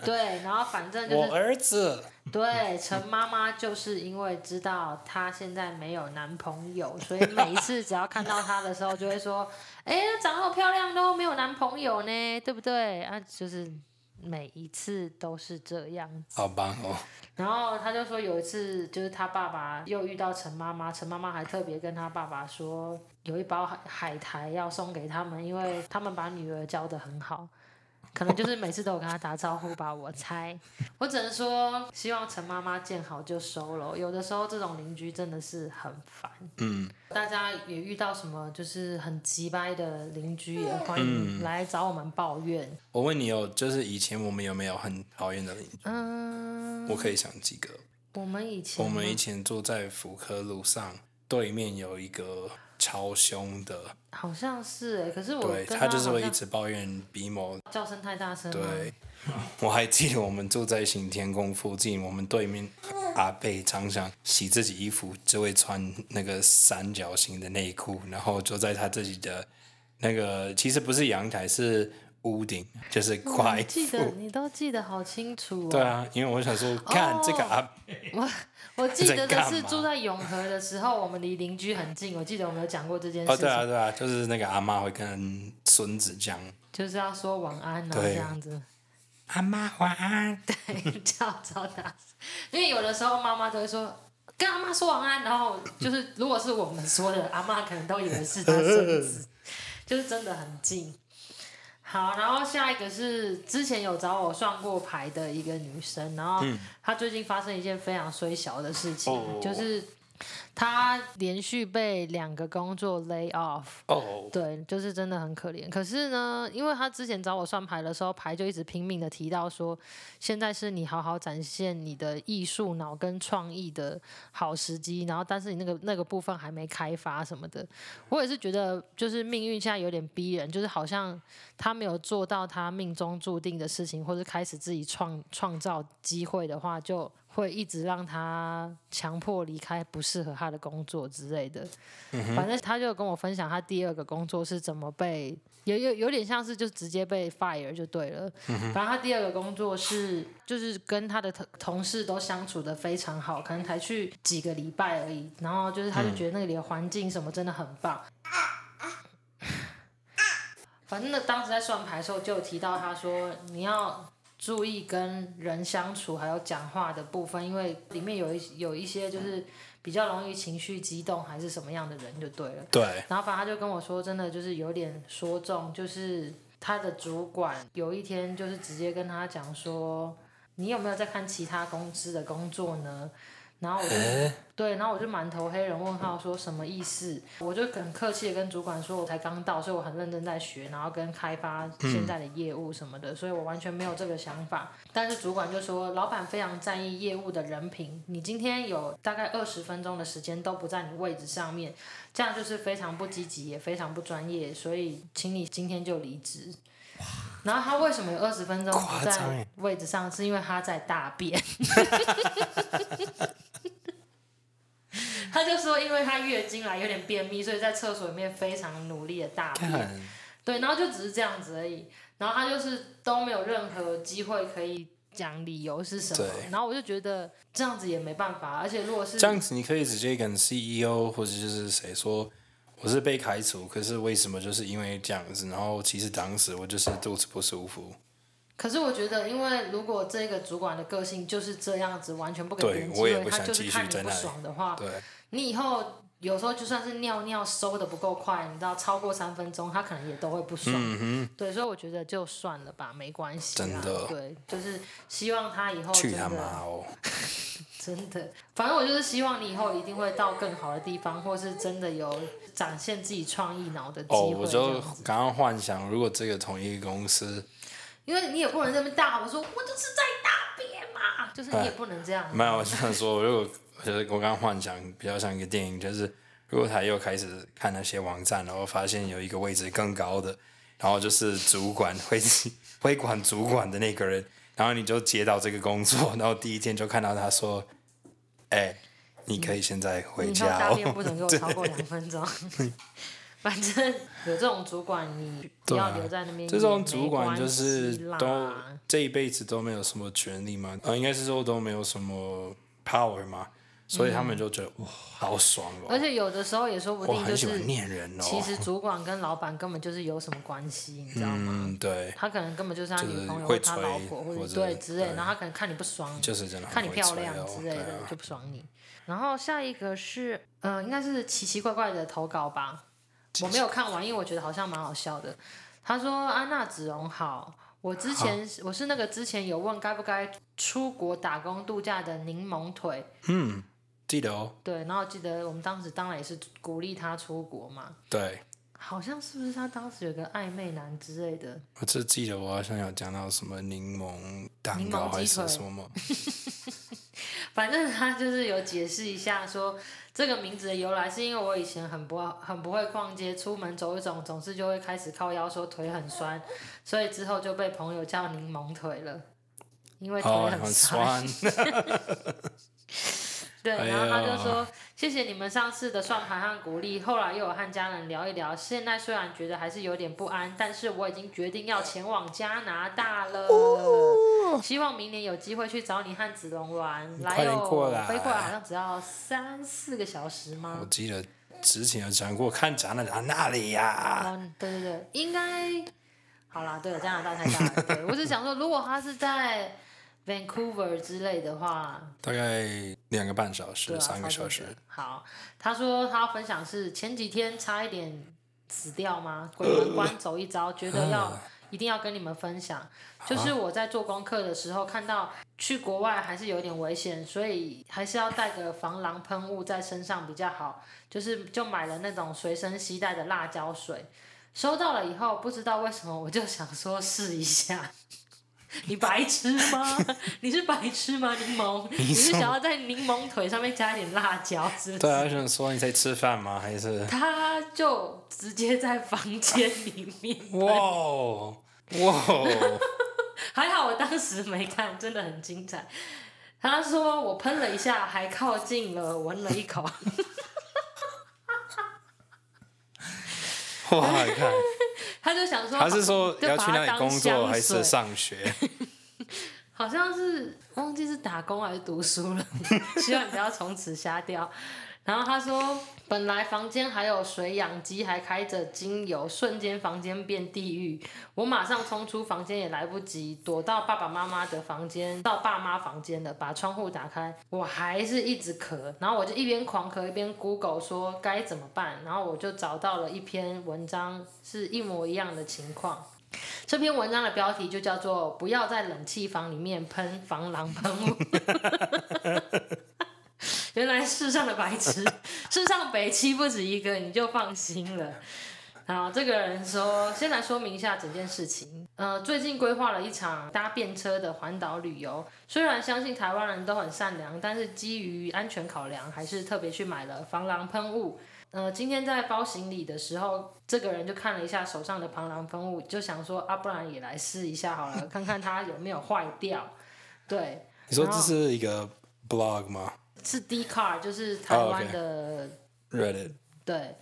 [SPEAKER 1] 对，然后反正就是
[SPEAKER 2] 我儿子，
[SPEAKER 1] 对，陈妈妈就是因为知道她现在没有男朋友，所以每一次只要看到她的时候，就会说：“哎、长那么漂亮都没有男朋友呢，对不对？”啊，就是每一次都是这样
[SPEAKER 2] 好棒哦，
[SPEAKER 1] 然后他就说有一次，就是他爸爸又遇到陈妈妈，陈妈妈还特别跟他爸爸说，有一包海海苔要送给他们，因为他们把女儿教的很好，可能就是每次都有跟他打招呼吧，我猜。我只能说，希望陈妈妈见好就收了。有的时候这种邻居真的是很烦。
[SPEAKER 2] 嗯，
[SPEAKER 1] 大家也遇到什么就是很急掰的邻居，也欢
[SPEAKER 2] 嗯
[SPEAKER 1] 迎来找我们抱怨。
[SPEAKER 2] 我问你哦，就是以前我们有没有很讨厌的邻居？
[SPEAKER 1] 嗯，
[SPEAKER 2] 我可以想几个。
[SPEAKER 1] 我们以前
[SPEAKER 2] 我们
[SPEAKER 1] 吗
[SPEAKER 2] 以前住在福科路上，对面有一个超凶的，
[SPEAKER 1] 好像是哎、可是我
[SPEAKER 2] 对
[SPEAKER 1] 跟
[SPEAKER 2] 他就是会
[SPEAKER 1] 好
[SPEAKER 2] 一
[SPEAKER 1] 像
[SPEAKER 2] 直抱怨鼻毛。
[SPEAKER 1] 叫声太大声，啊
[SPEAKER 2] 对，， 我还记得我们住在行天宫附近，我们对面阿贝常常洗自己衣服就会穿那个三角形的内裤，然后就在他自己的那个其实不是阳台是屋顶，就是挂
[SPEAKER 1] 你
[SPEAKER 2] 一
[SPEAKER 1] 记
[SPEAKER 2] 副
[SPEAKER 1] 得。你都记得好清楚、哦。
[SPEAKER 2] 哎 对，啊，因为我想说，看这个阿
[SPEAKER 1] 我我记得
[SPEAKER 2] 在
[SPEAKER 1] 的
[SPEAKER 2] 干
[SPEAKER 1] 是
[SPEAKER 2] 嘛
[SPEAKER 1] 住在永和的时候，我们离邻居很近。我记得我们有讲过这件事
[SPEAKER 2] 哦，
[SPEAKER 1] 情，
[SPEAKER 2] 对啊，对啊，就是那个阿妈会跟孙子讲
[SPEAKER 1] 就是要说晚安啊，
[SPEAKER 2] 对
[SPEAKER 1] 这样子，
[SPEAKER 2] 阿妈晚安。
[SPEAKER 1] 对，叫超大声。 因为有的时候妈妈都会说跟阿妈说晚安，然后就是如果是我们说的，阿妈可能都以为是她孙子，就是真的很近。好，然后下一个是之前有找我算过牌的一个女生，然后她最近发生一件非常衰小的事情，
[SPEAKER 2] 哦
[SPEAKER 1] 就是他连续被两个工作 lay off，
[SPEAKER 2] 哦，
[SPEAKER 1] 对，就是真的很可怜。可是呢，因为他之前找我算牌的时候，牌就一直拼命的提到说，现在是你好好展现你的艺术脑跟创意的好时机，然后但是你那个那个部分还没开发什么的。我也是觉得，就是命运现在有点逼人，就是好像他没有做到他命中注定的事情，或是开始自己创创造机会的话，就会一直让他强迫离开不适合他的工作之类的。反正他就跟我分享他第二个工作是怎么被，有有有点像是就直接被 fire 就对了。反正他第二个工作是就是跟他的同同事都相处的非常好，可能才去几个礼拜而已。然后就是他就觉得那里的环境什么真的很棒。反正那当时在算牌的时候就有提到，他说你要注意跟人相处还有讲话的部分，因为里面有一有一些就是比较容易情绪激动还是什么样的人就对了。
[SPEAKER 2] 对，
[SPEAKER 1] 然后反正他就跟我说，真的就是有点说中，就是他的主管有一天就是直接跟他讲说，你有没有在看其他公司的工作呢？然后我就、
[SPEAKER 2] 哦
[SPEAKER 1] 对，然后我就满头黑人问号，说什么意思？我就很客气的跟主管说，我才刚到，所以我很认真在学，然后跟开发
[SPEAKER 2] 嗯
[SPEAKER 1] 现在的业务什么的，所以我完全没有这个想法。但是主管就说，老板非常在意业务的人品，你今天有大概二十分钟的时间都不在你位置上面，这样就是非常不积极，也非常不专业，所以请你今天就离职。然后他为什么有二十分钟不
[SPEAKER 2] 夸张
[SPEAKER 1] 在
[SPEAKER 2] 欸
[SPEAKER 1] 位置上？是因为他在大便。 他就说，因为他月经来有点便秘，所以在厕所里面非常努力的大便。
[SPEAKER 2] 看，
[SPEAKER 1] 对，然后就只是这样子而已。然后他就是都没有任何机会可以讲理由是什么
[SPEAKER 2] 对。
[SPEAKER 1] 然后我就觉得这样子也没办法，而且如果是
[SPEAKER 2] 这样子你可以直接跟 CEO 或者就是谁说。我是被开除，可是为什么就是因为这样子？然后其实当时我就是肚子不舒服，
[SPEAKER 1] 可是我觉得，因为如果这个主管的个性就是这样子，完全不给别人
[SPEAKER 2] 对
[SPEAKER 1] 机
[SPEAKER 2] 我也
[SPEAKER 1] 会，
[SPEAKER 2] 不
[SPEAKER 1] 他
[SPEAKER 2] 想
[SPEAKER 1] 就是
[SPEAKER 2] 继续
[SPEAKER 1] 看你
[SPEAKER 2] 在
[SPEAKER 1] 不
[SPEAKER 2] 那里
[SPEAKER 1] 爽的话，
[SPEAKER 2] 对，
[SPEAKER 1] 你以后有时候就算是尿尿收的不够快，你知道超过三分钟，他可能也都会不爽。对，所以我觉得就算了吧，没关系啦。
[SPEAKER 2] 嗯真的
[SPEAKER 1] 对，就是希望他以后真
[SPEAKER 2] 去
[SPEAKER 1] 的
[SPEAKER 2] 他妈哦！
[SPEAKER 1] 真的，反正我就是希望你以后一定会到更好的地方，或是真的有展现自己创意脑的机
[SPEAKER 2] 哦，
[SPEAKER 1] 会
[SPEAKER 2] 我
[SPEAKER 1] 这
[SPEAKER 2] 就
[SPEAKER 1] 样子。
[SPEAKER 2] 刚刚幻想，如果这个同一个公司，
[SPEAKER 1] 因为你也不能这么大吼说，我就是在大便嘛，就是你也不能这样。
[SPEAKER 2] 哎
[SPEAKER 1] 啊
[SPEAKER 2] 没有，我想说，如果我觉得我刚刚幻想比较像一个电影，就是如果他又开始看那些网站，然后发现有一个位置更高的，然后就是主管会会管主管的那个人，然后你就接到这个工作，然后第一天就看到他说：“哎、你可以现在回
[SPEAKER 1] 你以后
[SPEAKER 2] 家
[SPEAKER 1] 大便
[SPEAKER 2] 哦。
[SPEAKER 1] 不准给我超过两分 钟。反正有这种主管，你不
[SPEAKER 2] 对啊
[SPEAKER 1] 要留在那边也没关系啦。
[SPEAKER 2] 这种主管就是都这一辈子都没有什么权利嘛，呃，应该是说都没有什么 power 嘛，所以他们就觉得哇，好爽哦！
[SPEAKER 1] 而且有的时候也说不定
[SPEAKER 2] 我
[SPEAKER 1] 就
[SPEAKER 2] 很喜
[SPEAKER 1] 是
[SPEAKER 2] 欢，念人哦。
[SPEAKER 1] 其实主管跟老板根本就是有什么关系，你知道吗？
[SPEAKER 2] 嗯，对，
[SPEAKER 1] 他可能根本就是他
[SPEAKER 2] 就是
[SPEAKER 1] 女朋友
[SPEAKER 2] 会
[SPEAKER 1] 或他
[SPEAKER 2] 催
[SPEAKER 1] 老婆或
[SPEAKER 2] 或
[SPEAKER 1] 者
[SPEAKER 2] 者
[SPEAKER 1] 对之类，
[SPEAKER 2] 对
[SPEAKER 1] 然后他可能看你不爽，
[SPEAKER 2] 就是真的很
[SPEAKER 1] 看你
[SPEAKER 2] 会
[SPEAKER 1] 漂
[SPEAKER 2] 吹
[SPEAKER 1] 亮
[SPEAKER 2] 哦
[SPEAKER 1] 之类
[SPEAKER 2] 对
[SPEAKER 1] 的
[SPEAKER 2] 啊
[SPEAKER 1] 就不爽你。然后下一个是呃，应该是奇奇怪怪的投稿吧，我没有看完，因为我觉得好像蛮好笑的。他说：“安娜子荣好，我之前我是那个之前有问该不该出国打工度假的柠檬腿，
[SPEAKER 2] 记得哦，
[SPEAKER 1] 对，然后记得我们当时当然也是鼓励他出国嘛，
[SPEAKER 2] 对，
[SPEAKER 1] 好像是不是他当时有个暧昧男之类的，
[SPEAKER 2] 我只记得我好像有讲到什么柠檬蛋
[SPEAKER 1] 柠
[SPEAKER 2] 糕
[SPEAKER 1] 檬
[SPEAKER 2] 还
[SPEAKER 1] 鸡
[SPEAKER 2] 是
[SPEAKER 1] 腿
[SPEAKER 2] 什么，
[SPEAKER 1] 反正他就是有解释一下说，这个名字的由来是因为我以前很不很不会逛街，出门走一走，总是就会开始靠腰说腿很酸，所以之后就被朋友叫柠檬腿了，因为腿
[SPEAKER 2] 哦，
[SPEAKER 1] 很
[SPEAKER 2] 很
[SPEAKER 1] 酸。
[SPEAKER 2] 酸，
[SPEAKER 1] 对，
[SPEAKER 2] 哎
[SPEAKER 1] 然后他
[SPEAKER 2] 呀
[SPEAKER 1] 就说、谢谢你们上次的算盘和鼓励，后来又有和家人聊一聊，现在虽然觉得还是有点不安，但是我已经决定要前往加拿大了。
[SPEAKER 2] 哦
[SPEAKER 1] 希望明年有机会去找你和子龙玩，来
[SPEAKER 2] 快点
[SPEAKER 1] 哦，
[SPEAKER 2] 过来
[SPEAKER 1] 飞过来好像只要三四个小时吗？
[SPEAKER 2] 我记得之前有讲过，看展览在那里呀，
[SPEAKER 1] 嗯，对对对，应该好啦。对了，加拿大太大了。对我只想说，如果他是在 Vancouver 之类的话，
[SPEAKER 2] 大概两个半小
[SPEAKER 1] 对
[SPEAKER 2] 时，
[SPEAKER 1] 啊，
[SPEAKER 2] 三个
[SPEAKER 1] 超
[SPEAKER 2] 小
[SPEAKER 1] 多
[SPEAKER 2] 时
[SPEAKER 1] 的，好，他说他要分 享是前几天差一点死掉吗？鬼门关走一遭，觉得要一定要跟你们分享。
[SPEAKER 2] 啊
[SPEAKER 1] 就是我在做功课的时候看到去国外还是有点危险，所以还是要带个防狼喷雾在身上比较好。就是就买了那种随身携带的辣椒水，收到了以后不知道为什么我就想说试一下。你白痴吗？你是白痴吗？柠檬， 你是想要在柠檬腿上面加一点辣椒是不是？
[SPEAKER 2] 对啊，我想说你在吃饭吗？还是
[SPEAKER 1] 他就直接在房间里面。
[SPEAKER 2] 哇哦哇哦
[SPEAKER 1] 还好我当时没看，真的很精彩。他说我喷了一下，还靠近了，闻了一口。
[SPEAKER 2] 哇！你看，
[SPEAKER 1] 他就想说，啊
[SPEAKER 2] 他是说
[SPEAKER 1] 就
[SPEAKER 2] 要
[SPEAKER 1] 把
[SPEAKER 2] 去
[SPEAKER 1] 它
[SPEAKER 2] 那里
[SPEAKER 1] 当
[SPEAKER 2] 工
[SPEAKER 1] 香
[SPEAKER 2] 作还
[SPEAKER 1] 水
[SPEAKER 2] 是上学？
[SPEAKER 1] 好像是忘记是打工还是读书了， 希望你不要从此瞎掉。然后他说，本来房间还有水养鸡，还开着精油，瞬间房间变地狱。我马上冲出房间也来不及，躲到爸爸妈妈的房间，到爸妈房间了，把窗户打开，我还是一直咳。然后我就一边狂咳一边 Google 说该怎么办，然后我就找到了一篇文章，是一模一样的情况。这篇文章的标题就叫做“不要在冷气房里面喷防狼喷雾” 。原来世上的白痴，世上北七不止一个，你就放心了。好，这个人说，先来说明一下整件事情。呃，最近规划了一场搭便车的环岛旅游，虽然相信台湾人都很善良，但是基于安全考量，还是特别去买了防狼喷雾。呃，今天在包行李的时候，这个人就看了一下手上的防狼喷雾，就想说啊，不然也来试一下好了，看看它有没有坏掉。对，
[SPEAKER 2] 你说这是一个 blog 吗
[SPEAKER 1] 是 D car，就是台
[SPEAKER 2] 哦，OK
[SPEAKER 1] 湾的
[SPEAKER 2] ？Reddit
[SPEAKER 1] 对，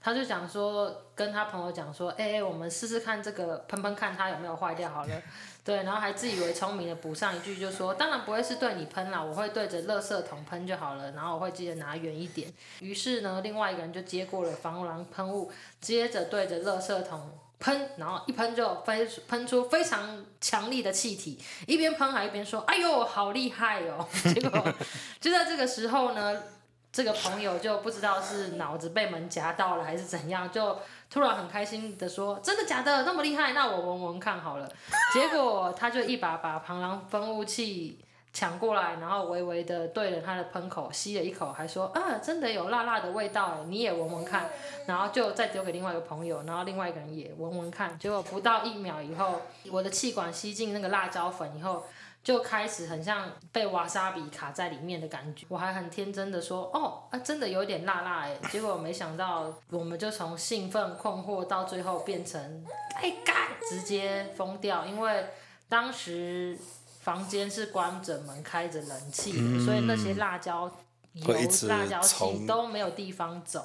[SPEAKER 1] 他就想说跟他朋友讲说，哎、我们试试看这个喷喷看它有没有坏掉好了。对，然后还自以为聪明的补上一句，就说当然不会是对你喷啦，我会对着垃圾桶喷就好了，然后我会记得拿远一点。于是呢，另外一个人就接过了防狼喷雾，接着对着垃圾桶。喷，然后一喷就飞喷出非常强力的气体，一边喷还一边说：“哎呦，好厉害哦！” 结果就在这个时候呢，这个朋友就不知道是脑子被门夹到了还是怎样，就突然很开心的说：“真的假的？那么厉害？那我闻闻看好了。”结果他就一把把螳螂喷雾器抢过来，然后微微的对着他的喷口吸了一口，还说：“啊，真的有辣辣的味道欸耶，你也闻闻看。”然后就再丢给另外一个朋友，然后另外一个人也闻闻看。结果不到一秒以后，我的气管吸进那个辣椒粉以后，就开始很像被瓦萨比卡在里面的感觉。我还很天真的说，哦，啊，真的有点辣辣哎、结果没想到，我们就从兴奋、困惑到最后变成，哎干，直接疯掉，因为当时房间是关着门、开着冷气的，所以那些辣椒油
[SPEAKER 2] 嗯会一、直
[SPEAKER 1] 辣椒气
[SPEAKER 2] 从
[SPEAKER 1] 都没有地方走。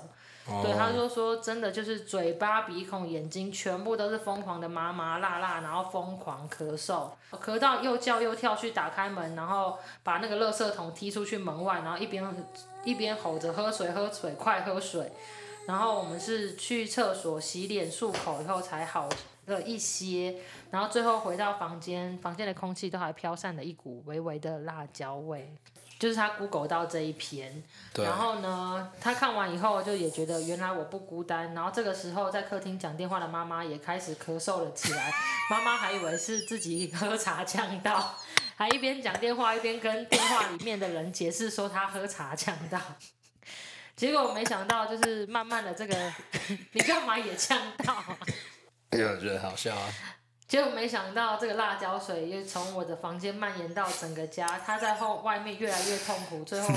[SPEAKER 1] 对，他
[SPEAKER 2] 哦，
[SPEAKER 1] 就说真的就是嘴巴、鼻孔、眼睛全部都是疯狂的麻麻辣辣，然后疯狂咳嗽，哦咳到又叫又跳去打开门，然后把那个垃圾桶踢出去门外，然后一边一边吼着喝水喝水快喝水，然后我们是去厕所洗脸漱口以后才好了一些，然后最后回到房间，房间的空气都还飘散了一股微微的辣椒味，就是他 Google 到这一篇。
[SPEAKER 2] 对，
[SPEAKER 1] 然后呢，他看完以后就也觉得原来我不孤单。然后这个时候在客厅讲电话的妈妈也开始咳嗽了起来， 妈妈还以为是自己喝茶呛到， 还一边讲电话一边跟电话里面的人解释说他喝茶呛到。 结果没想到，就是慢慢的这个， 你干嘛也呛到啊、
[SPEAKER 2] 哎呀，觉得好笑啊。
[SPEAKER 1] 结果没想到，这个辣椒水又从我的房间蔓延到整个家。他在后外面越来越痛苦，最 后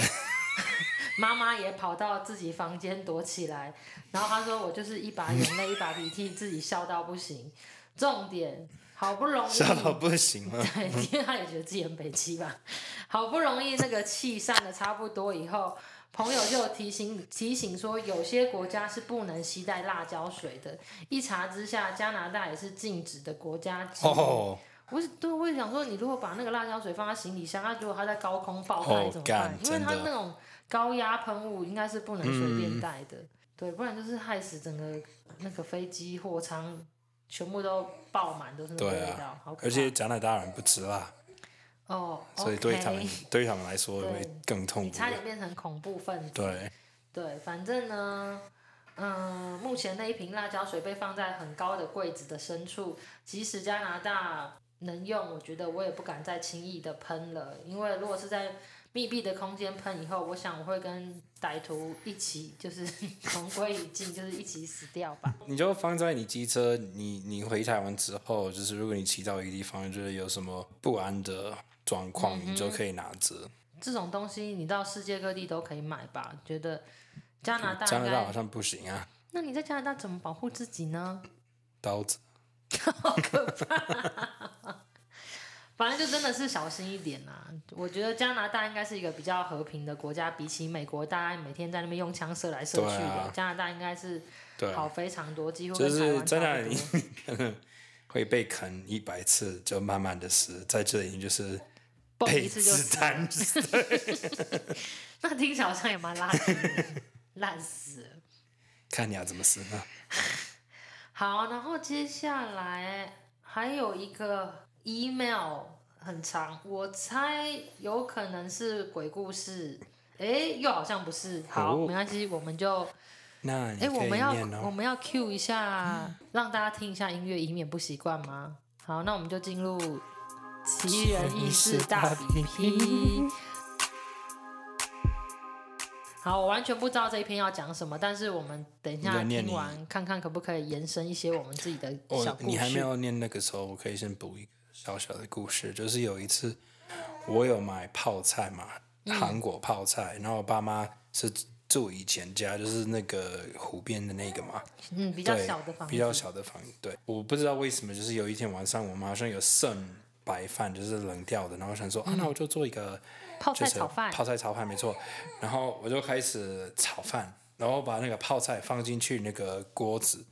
[SPEAKER 1] 妈妈也跑到自己房间躲起来。然后他说：“我就是一把眼泪一把鼻涕，自己笑到不行。”重点，好不容易
[SPEAKER 2] 笑到不行了。
[SPEAKER 1] 对，因为他也觉得自己很北七吧。好不容易那个气散的差不多以后，朋友就提醒提醒说，有些国家是不能携带辣椒水的。一查之下，加拿大也是禁止的国家之一。
[SPEAKER 2] 哦，
[SPEAKER 1] 我是对，我也想说，你如果把那个辣椒水放在行李箱，那如果它在高空爆开
[SPEAKER 2] 哦
[SPEAKER 1] 怎么办
[SPEAKER 2] 干？
[SPEAKER 1] 因为它
[SPEAKER 2] 真的嗯
[SPEAKER 1] 那种高压喷雾应该是不能随便带的，对，不然就是害死整个那个飞机货舱全部都爆满，都是那个
[SPEAKER 2] 对
[SPEAKER 1] 味道，
[SPEAKER 2] 啊
[SPEAKER 1] 好，可怕。
[SPEAKER 2] 而且加拿大人不吃辣，
[SPEAKER 1] 哦，
[SPEAKER 2] 所以对他们
[SPEAKER 1] OK
[SPEAKER 2] 对他们来说
[SPEAKER 1] 对
[SPEAKER 2] 会更痛
[SPEAKER 1] 你
[SPEAKER 2] 苦
[SPEAKER 1] 差点
[SPEAKER 2] 的。
[SPEAKER 1] 变成恐怖分子。
[SPEAKER 2] 对，
[SPEAKER 1] 对，反正呢，嗯，目前那一瓶辣椒水被放在很高的柜子的深处，即使加拿大能用，我觉得我也不敢再轻易的喷了，因为如果是在密闭的空间喷以后，我想我会跟歹徒一起，就是 同归于尽，就是一起死掉吧。
[SPEAKER 2] 你就放在你机车，你你回台湾之后，就是如果你骑到一个地方，就是有什么不安的状况，
[SPEAKER 1] 嗯
[SPEAKER 2] 你就可以拿着。
[SPEAKER 1] 这种东西你到世界各地都可以买吧？觉得加拿大
[SPEAKER 2] 加
[SPEAKER 1] 应
[SPEAKER 2] 拿大好
[SPEAKER 1] 该，
[SPEAKER 2] 像不行啊，
[SPEAKER 1] 那你在加拿大怎么保护自己呢？
[SPEAKER 2] 刀子。
[SPEAKER 1] 反正就真的是小心一点啦、我觉得加拿大应该是一个比较和平的国家，比起美国，大家每天在那边用枪射来射去
[SPEAKER 2] 对
[SPEAKER 1] 的，
[SPEAKER 2] 啊
[SPEAKER 1] 加拿大应该是
[SPEAKER 2] 对，
[SPEAKER 1] 好非常多，几乎
[SPEAKER 2] 就
[SPEAKER 1] 跟台
[SPEAKER 2] 是
[SPEAKER 1] 湾差
[SPEAKER 2] 在
[SPEAKER 1] 不
[SPEAKER 2] 那
[SPEAKER 1] 多。
[SPEAKER 2] 里可能 会被啃一百次，就慢慢的死。在这里就是
[SPEAKER 1] 蹦
[SPEAKER 2] 被
[SPEAKER 1] 一次就
[SPEAKER 2] 子
[SPEAKER 1] 死
[SPEAKER 2] 弹
[SPEAKER 1] 了，那听起来好像也蛮垃圾的，烂死了。
[SPEAKER 2] 看你要怎么死呢？
[SPEAKER 1] 好，然后接下来还有一个 email 很长，我猜有可能是鬼故事，诶，又好像不是。好，
[SPEAKER 2] 哦
[SPEAKER 1] 没关系，我们就
[SPEAKER 2] 那你
[SPEAKER 1] 诶，哎我
[SPEAKER 2] 可以
[SPEAKER 1] 们要
[SPEAKER 2] 念
[SPEAKER 1] 我
[SPEAKER 2] 哦。
[SPEAKER 1] 们要 Q 一下，让大家听一下音乐，以免不习惯吗？好，那我们就进入奇人异事大比 拼。好，我完全不知道这一篇要讲什么，但是我们等一
[SPEAKER 2] 你
[SPEAKER 1] 下
[SPEAKER 2] 在念
[SPEAKER 1] 听
[SPEAKER 2] 你
[SPEAKER 1] 完，看看可不可以延伸一些我们自己的小
[SPEAKER 2] 哦，
[SPEAKER 1] 故
[SPEAKER 2] 你还没
[SPEAKER 1] 事。
[SPEAKER 2] 有念那个时候，我可以先补一个小小的故事，就是有一次我有买泡菜嘛，
[SPEAKER 1] 嗯
[SPEAKER 2] 韩国泡菜，然后我爸妈是住以前家，就是那个湖边的那个嘛，
[SPEAKER 1] 嗯，比
[SPEAKER 2] 比
[SPEAKER 1] 较小的房
[SPEAKER 2] 比较
[SPEAKER 1] 子，
[SPEAKER 2] 小的房子。对，我不知道为什么，就是有一天晚上，我们好像有剩白饭，就是冷掉的，然后我想说、
[SPEAKER 1] 嗯
[SPEAKER 2] 啊，那我就做一个
[SPEAKER 1] 泡
[SPEAKER 2] 就
[SPEAKER 1] 菜
[SPEAKER 2] 是
[SPEAKER 1] 炒饭，
[SPEAKER 2] 泡菜炒饭没错。然后我就开始炒饭，然后把那个泡菜放进去那个锅子，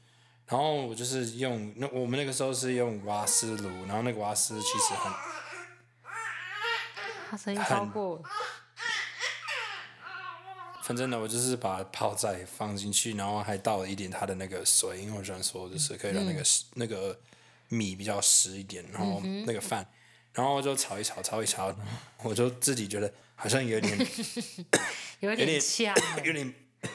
[SPEAKER 2] 然后我就是用那我们那个时候是用瓦斯炉，然后那个瓦斯其实很
[SPEAKER 1] 它声音超过，
[SPEAKER 2] 反正呢，我就是把泡菜放进去，然后还倒了一点它的那个水，因为我喜欢说就是可以让那
[SPEAKER 1] 嗯
[SPEAKER 2] 个、那个米比较湿一点，然后那个饭，然后就炒一炒，炒一炒，我就自己觉得好像有点
[SPEAKER 1] 有
[SPEAKER 2] 有
[SPEAKER 1] 点
[SPEAKER 2] 点
[SPEAKER 1] 呛。欸
[SPEAKER 2] 有点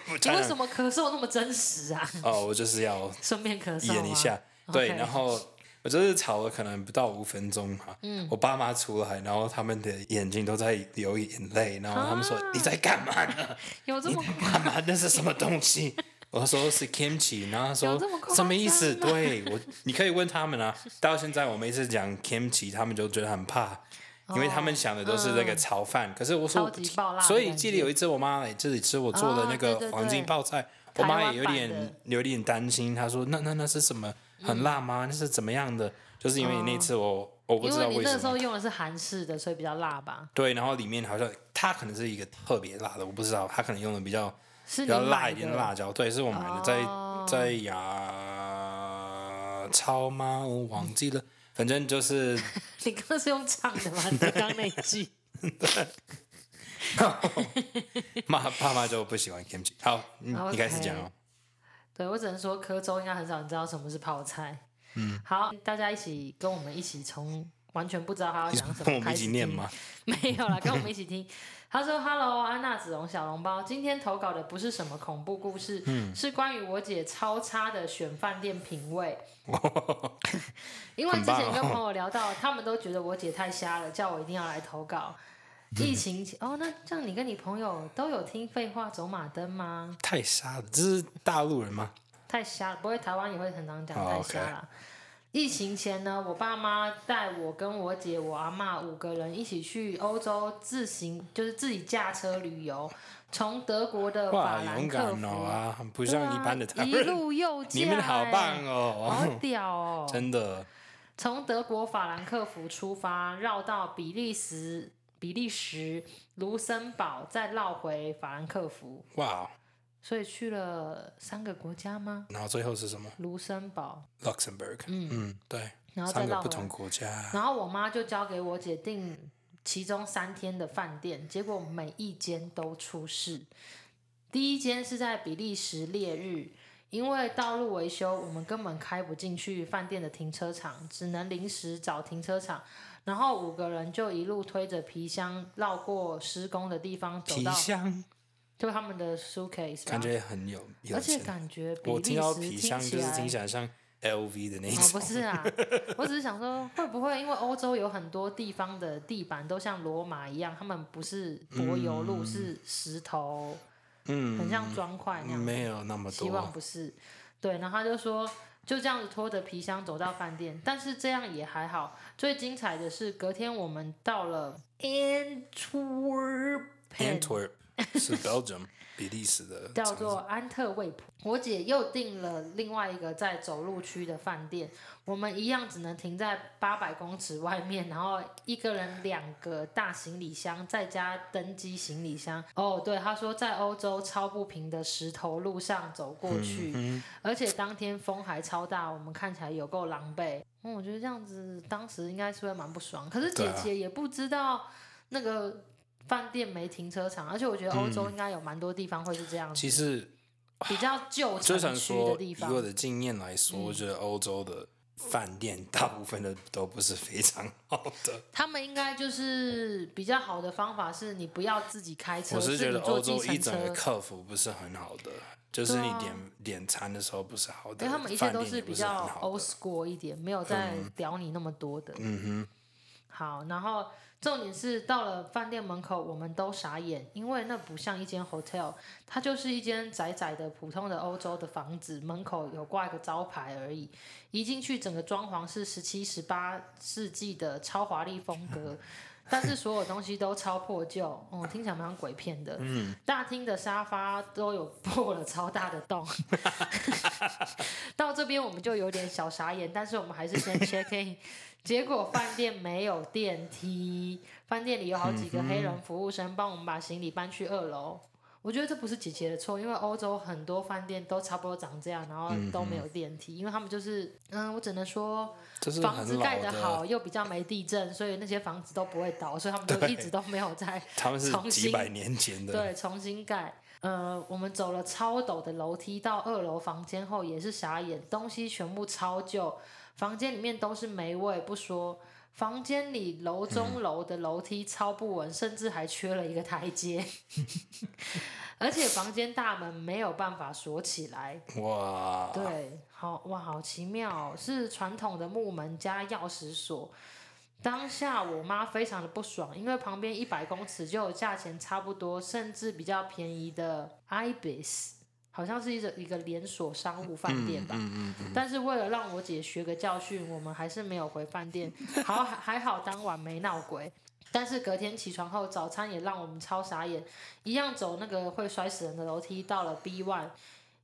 [SPEAKER 2] 不
[SPEAKER 1] 你
[SPEAKER 2] 太
[SPEAKER 1] 为
[SPEAKER 2] 能
[SPEAKER 1] 什么咳嗽那么真实啊？
[SPEAKER 2] 哦，我就是要
[SPEAKER 1] 顺便咳嗽
[SPEAKER 2] 演
[SPEAKER 1] 吗
[SPEAKER 2] 一下，对
[SPEAKER 1] OK
[SPEAKER 2] 然后我就是炒了可能不到五分钟嘛，
[SPEAKER 1] 嗯
[SPEAKER 2] 我爸妈出来，然后他们的眼睛都在流眼泪，然后他们说、
[SPEAKER 1] 啊
[SPEAKER 2] 你在干嘛呢？
[SPEAKER 1] 有这么快？
[SPEAKER 2] 干嘛？那是什么东西？ 我说是 kimchi，然后他
[SPEAKER 1] 有这么夸
[SPEAKER 2] 说
[SPEAKER 1] 张
[SPEAKER 2] 什么意思？对我，你可以问他们啊。到现在我每次讲 kimchi，他们就觉得很怕，因为他们想的都是那个炒饭。可是我
[SPEAKER 1] 哦超
[SPEAKER 2] 说
[SPEAKER 1] 级爆辣，的
[SPEAKER 2] 所以
[SPEAKER 1] 感
[SPEAKER 2] 记
[SPEAKER 1] 觉
[SPEAKER 2] 得有一次我妈来这里吃我做的那
[SPEAKER 1] 哦对对
[SPEAKER 2] 个
[SPEAKER 1] 对
[SPEAKER 2] 黄金泡菜，我
[SPEAKER 1] 台湾
[SPEAKER 2] 妈也有
[SPEAKER 1] 版的嗯
[SPEAKER 2] 点有点担心，她说那那那是什么？很辣吗？那是怎么样的？就是因为那次我、我
[SPEAKER 1] 哦
[SPEAKER 2] 不
[SPEAKER 1] 因
[SPEAKER 2] 知道
[SPEAKER 1] 为你
[SPEAKER 2] 为什
[SPEAKER 1] 那
[SPEAKER 2] 么
[SPEAKER 1] 时候用的是韩式的，所以比较辣吧？
[SPEAKER 2] 对，然后里面好像它可能是一个特别辣的，我不知道，它可能用的比较
[SPEAKER 1] 是
[SPEAKER 2] 比
[SPEAKER 1] 你
[SPEAKER 2] 较辣
[SPEAKER 1] 买
[SPEAKER 2] 一点
[SPEAKER 1] 的
[SPEAKER 2] 的辣椒，对，是我买的，
[SPEAKER 1] 哦
[SPEAKER 2] 在在牙超吗？我忘记了，反正就是
[SPEAKER 1] 你刚刚是用唱的吗？你刚刚那一句
[SPEAKER 2] 妈爸妈就不喜欢 kimchi。好，你你开始讲哦。
[SPEAKER 1] 对我只能说，科州应该很少人知道什么是泡菜。嗯，好，大家一起跟我们一起从完全不知道他要
[SPEAKER 2] 你
[SPEAKER 1] 讲什
[SPEAKER 2] 跟
[SPEAKER 1] 么
[SPEAKER 2] 我们
[SPEAKER 1] 开
[SPEAKER 2] 一
[SPEAKER 1] 始
[SPEAKER 2] 起
[SPEAKER 1] 听
[SPEAKER 2] 念吗？？
[SPEAKER 1] 没有啦，跟我们一起听。他说：“Hello，安娜、子荣、小笼包，今天投稿的不是什么恐怖故事，是关于我姐超差的选饭店品味。因为之前跟朋友聊到，他们都觉得我姐太瞎了，叫我一定要来投稿。疫情前哦，那这样你跟你朋友都有听废话走马灯吗？
[SPEAKER 2] 太傻了，这是大陆人吗？
[SPEAKER 1] 太瞎了，不会台湾也会很常讲
[SPEAKER 2] 哦
[SPEAKER 1] 太
[SPEAKER 2] OK
[SPEAKER 1] 瞎啦。疫情前呢，我爸妈带我跟我姐、我阿嬷五个人一起去欧洲自行，就是自己驾车旅游，从德国的
[SPEAKER 2] 哇，
[SPEAKER 1] 呃法兰
[SPEAKER 2] 勇
[SPEAKER 1] 克
[SPEAKER 2] 敢
[SPEAKER 1] 福，
[SPEAKER 2] 哦啊，很不
[SPEAKER 1] 不
[SPEAKER 2] 像一般的台湾
[SPEAKER 1] 一
[SPEAKER 2] 人，
[SPEAKER 1] 路右驾、
[SPEAKER 2] 你们好棒
[SPEAKER 1] 欸，好
[SPEAKER 2] 哦，
[SPEAKER 1] 屌哦！
[SPEAKER 2] 真的。
[SPEAKER 1] 从德国法兰克福出发，绕到比利时、比利时卢森堡，再绕回法兰克福，
[SPEAKER 2] 哇，
[SPEAKER 1] 所以去了三个国家吗？
[SPEAKER 2] 然后最后是什么
[SPEAKER 1] 卢森堡，
[SPEAKER 2] ？Luxembourg，嗯，对，
[SPEAKER 1] 然后再
[SPEAKER 2] 三个
[SPEAKER 1] 绕
[SPEAKER 2] 不
[SPEAKER 1] 回
[SPEAKER 2] 同
[SPEAKER 1] 来。
[SPEAKER 2] 国家，
[SPEAKER 1] 然后我妈就交给我姐订其中三天的饭店，结果每一间都出事。第一间是在比利时烈日，因为道路维修，我们根本开不进去饭店的停车场，只能临时找停车场。然后五个人就一路推着皮箱绕过施工的地方走
[SPEAKER 2] 皮
[SPEAKER 1] 到
[SPEAKER 2] 箱
[SPEAKER 1] 就他们的 suitcase，吧
[SPEAKER 2] 感觉很有有
[SPEAKER 1] 而且
[SPEAKER 2] 钱。
[SPEAKER 1] 感觉比
[SPEAKER 2] 我
[SPEAKER 1] 利
[SPEAKER 2] 听到
[SPEAKER 1] 时
[SPEAKER 2] 皮
[SPEAKER 1] 听
[SPEAKER 2] 箱
[SPEAKER 1] 起
[SPEAKER 2] 就是
[SPEAKER 1] 来
[SPEAKER 2] 听起来像 LV 的那一
[SPEAKER 1] 哦，
[SPEAKER 2] 种，
[SPEAKER 1] 不是啊，我只是想说，会不会因为欧洲有很多地方的地板都像罗马一样，他们不是柏油路，是石头，
[SPEAKER 2] 嗯，
[SPEAKER 1] 很像砖块那样。
[SPEAKER 2] 没有那么
[SPEAKER 1] 希望
[SPEAKER 2] 多。
[SPEAKER 1] 不是。对，然后他就说就这样子拖着皮箱走到饭店，但是这样也还好。最精彩的是隔天我们到了 Antwerpen，
[SPEAKER 2] Antwerp 是 Belgium 比利时的城市，
[SPEAKER 1] 叫做安特卫普。我姐又订了另外一个在走路区的饭店，我们一样只能停在八百公尺外面，然后一个人两个大行李箱，再加登机行李箱。哦，对，她说在欧洲超不平的石头路上走
[SPEAKER 2] 嗯
[SPEAKER 1] 过去，而且当天风还超大，我们看起来有够狼狈。嗯，我觉得这样子当时应该是会蛮不爽，可是
[SPEAKER 2] 对
[SPEAKER 1] 姐
[SPEAKER 2] 啊
[SPEAKER 1] 姐也不知道那个。饭店没停车场，而且我觉
[SPEAKER 2] 嗯
[SPEAKER 1] 得欧洲应该有蛮多地方会是这样子，
[SPEAKER 2] 其实
[SPEAKER 1] 比较旧城
[SPEAKER 2] 就想
[SPEAKER 1] 区的
[SPEAKER 2] 说，
[SPEAKER 1] 地
[SPEAKER 2] 以
[SPEAKER 1] 方。嗯
[SPEAKER 2] 我的经验来说，我觉得欧洲的饭店大部分的都不是非常 好的。
[SPEAKER 1] 他们应该就是比较好的方法是你不要自己开车，
[SPEAKER 2] 我是觉
[SPEAKER 1] 你
[SPEAKER 2] 得
[SPEAKER 1] 坐
[SPEAKER 2] 欧
[SPEAKER 1] 计
[SPEAKER 2] 洲一
[SPEAKER 1] 程车
[SPEAKER 2] 整，个客服不是很好的，就是你
[SPEAKER 1] 对啊
[SPEAKER 2] 点、点餐的时候不是好的，
[SPEAKER 1] 因为他们一切
[SPEAKER 2] 饭
[SPEAKER 1] 都
[SPEAKER 2] 店也不
[SPEAKER 1] 比
[SPEAKER 2] 是
[SPEAKER 1] 较
[SPEAKER 2] 很好
[SPEAKER 1] old
[SPEAKER 2] 的。嗯
[SPEAKER 1] school 一点，没有在屌你那么多的。嗯哼。好，然后重点是到了饭店门口，我们都傻眼，因为那不像一间 hotel，它就是一间窄窄的普通的欧洲的房子，门口有挂一个招牌而已。一进去，整个装潢是十七、十八世纪的超华丽风 格，但是所有东西都超破旧，哦、听起来蛮像鬼片的。嗯，大厅的沙发都有破了超大的洞。到这边我们就有点小傻眼，但是我们还是先 check in。结 果饭店没有电梯，饭店里有好几个黑
[SPEAKER 2] 嗯
[SPEAKER 1] 人服务生帮我们把行李搬去二楼。我觉得这不是姐姐的错，因为欧洲很多饭店都差不多长这样，然后都没有电梯，因为他们就是，嗯，我只能说
[SPEAKER 2] 嗯就是
[SPEAKER 1] 房子
[SPEAKER 2] 很
[SPEAKER 1] 盖
[SPEAKER 2] 老
[SPEAKER 1] 得好，又比较没地震，所以那些房子都不会倒，所以他们就
[SPEAKER 2] 对
[SPEAKER 1] 一直都没有在
[SPEAKER 2] 他们是
[SPEAKER 1] 重
[SPEAKER 2] 几
[SPEAKER 1] 新
[SPEAKER 2] 百年前的，
[SPEAKER 1] 对，重新盖。呃，我们走了超陡的楼梯到二楼房间后，也是傻眼，东西全部超旧，房间里面都是霉味，不说。房间里楼中楼的楼梯超不稳，甚至还缺了一个台阶， 而且房间大门没有办法锁起来。
[SPEAKER 2] 哇，
[SPEAKER 1] 对，好哇，好奇妙哦、是传统的木门加钥匙锁。当下我妈非常的不爽，因为旁边一百公尺就有价钱差不多，甚至比较便宜的 Ibis，好像是一个一个连锁商务饭
[SPEAKER 2] 嗯
[SPEAKER 1] 店吧。但是为了让我姐学个教训，我们还是没有回饭店。 好，还好当晚没闹鬼。但是隔天起床后，早餐也让我们超傻眼，一样走那个会摔死人的楼梯，到了 B one。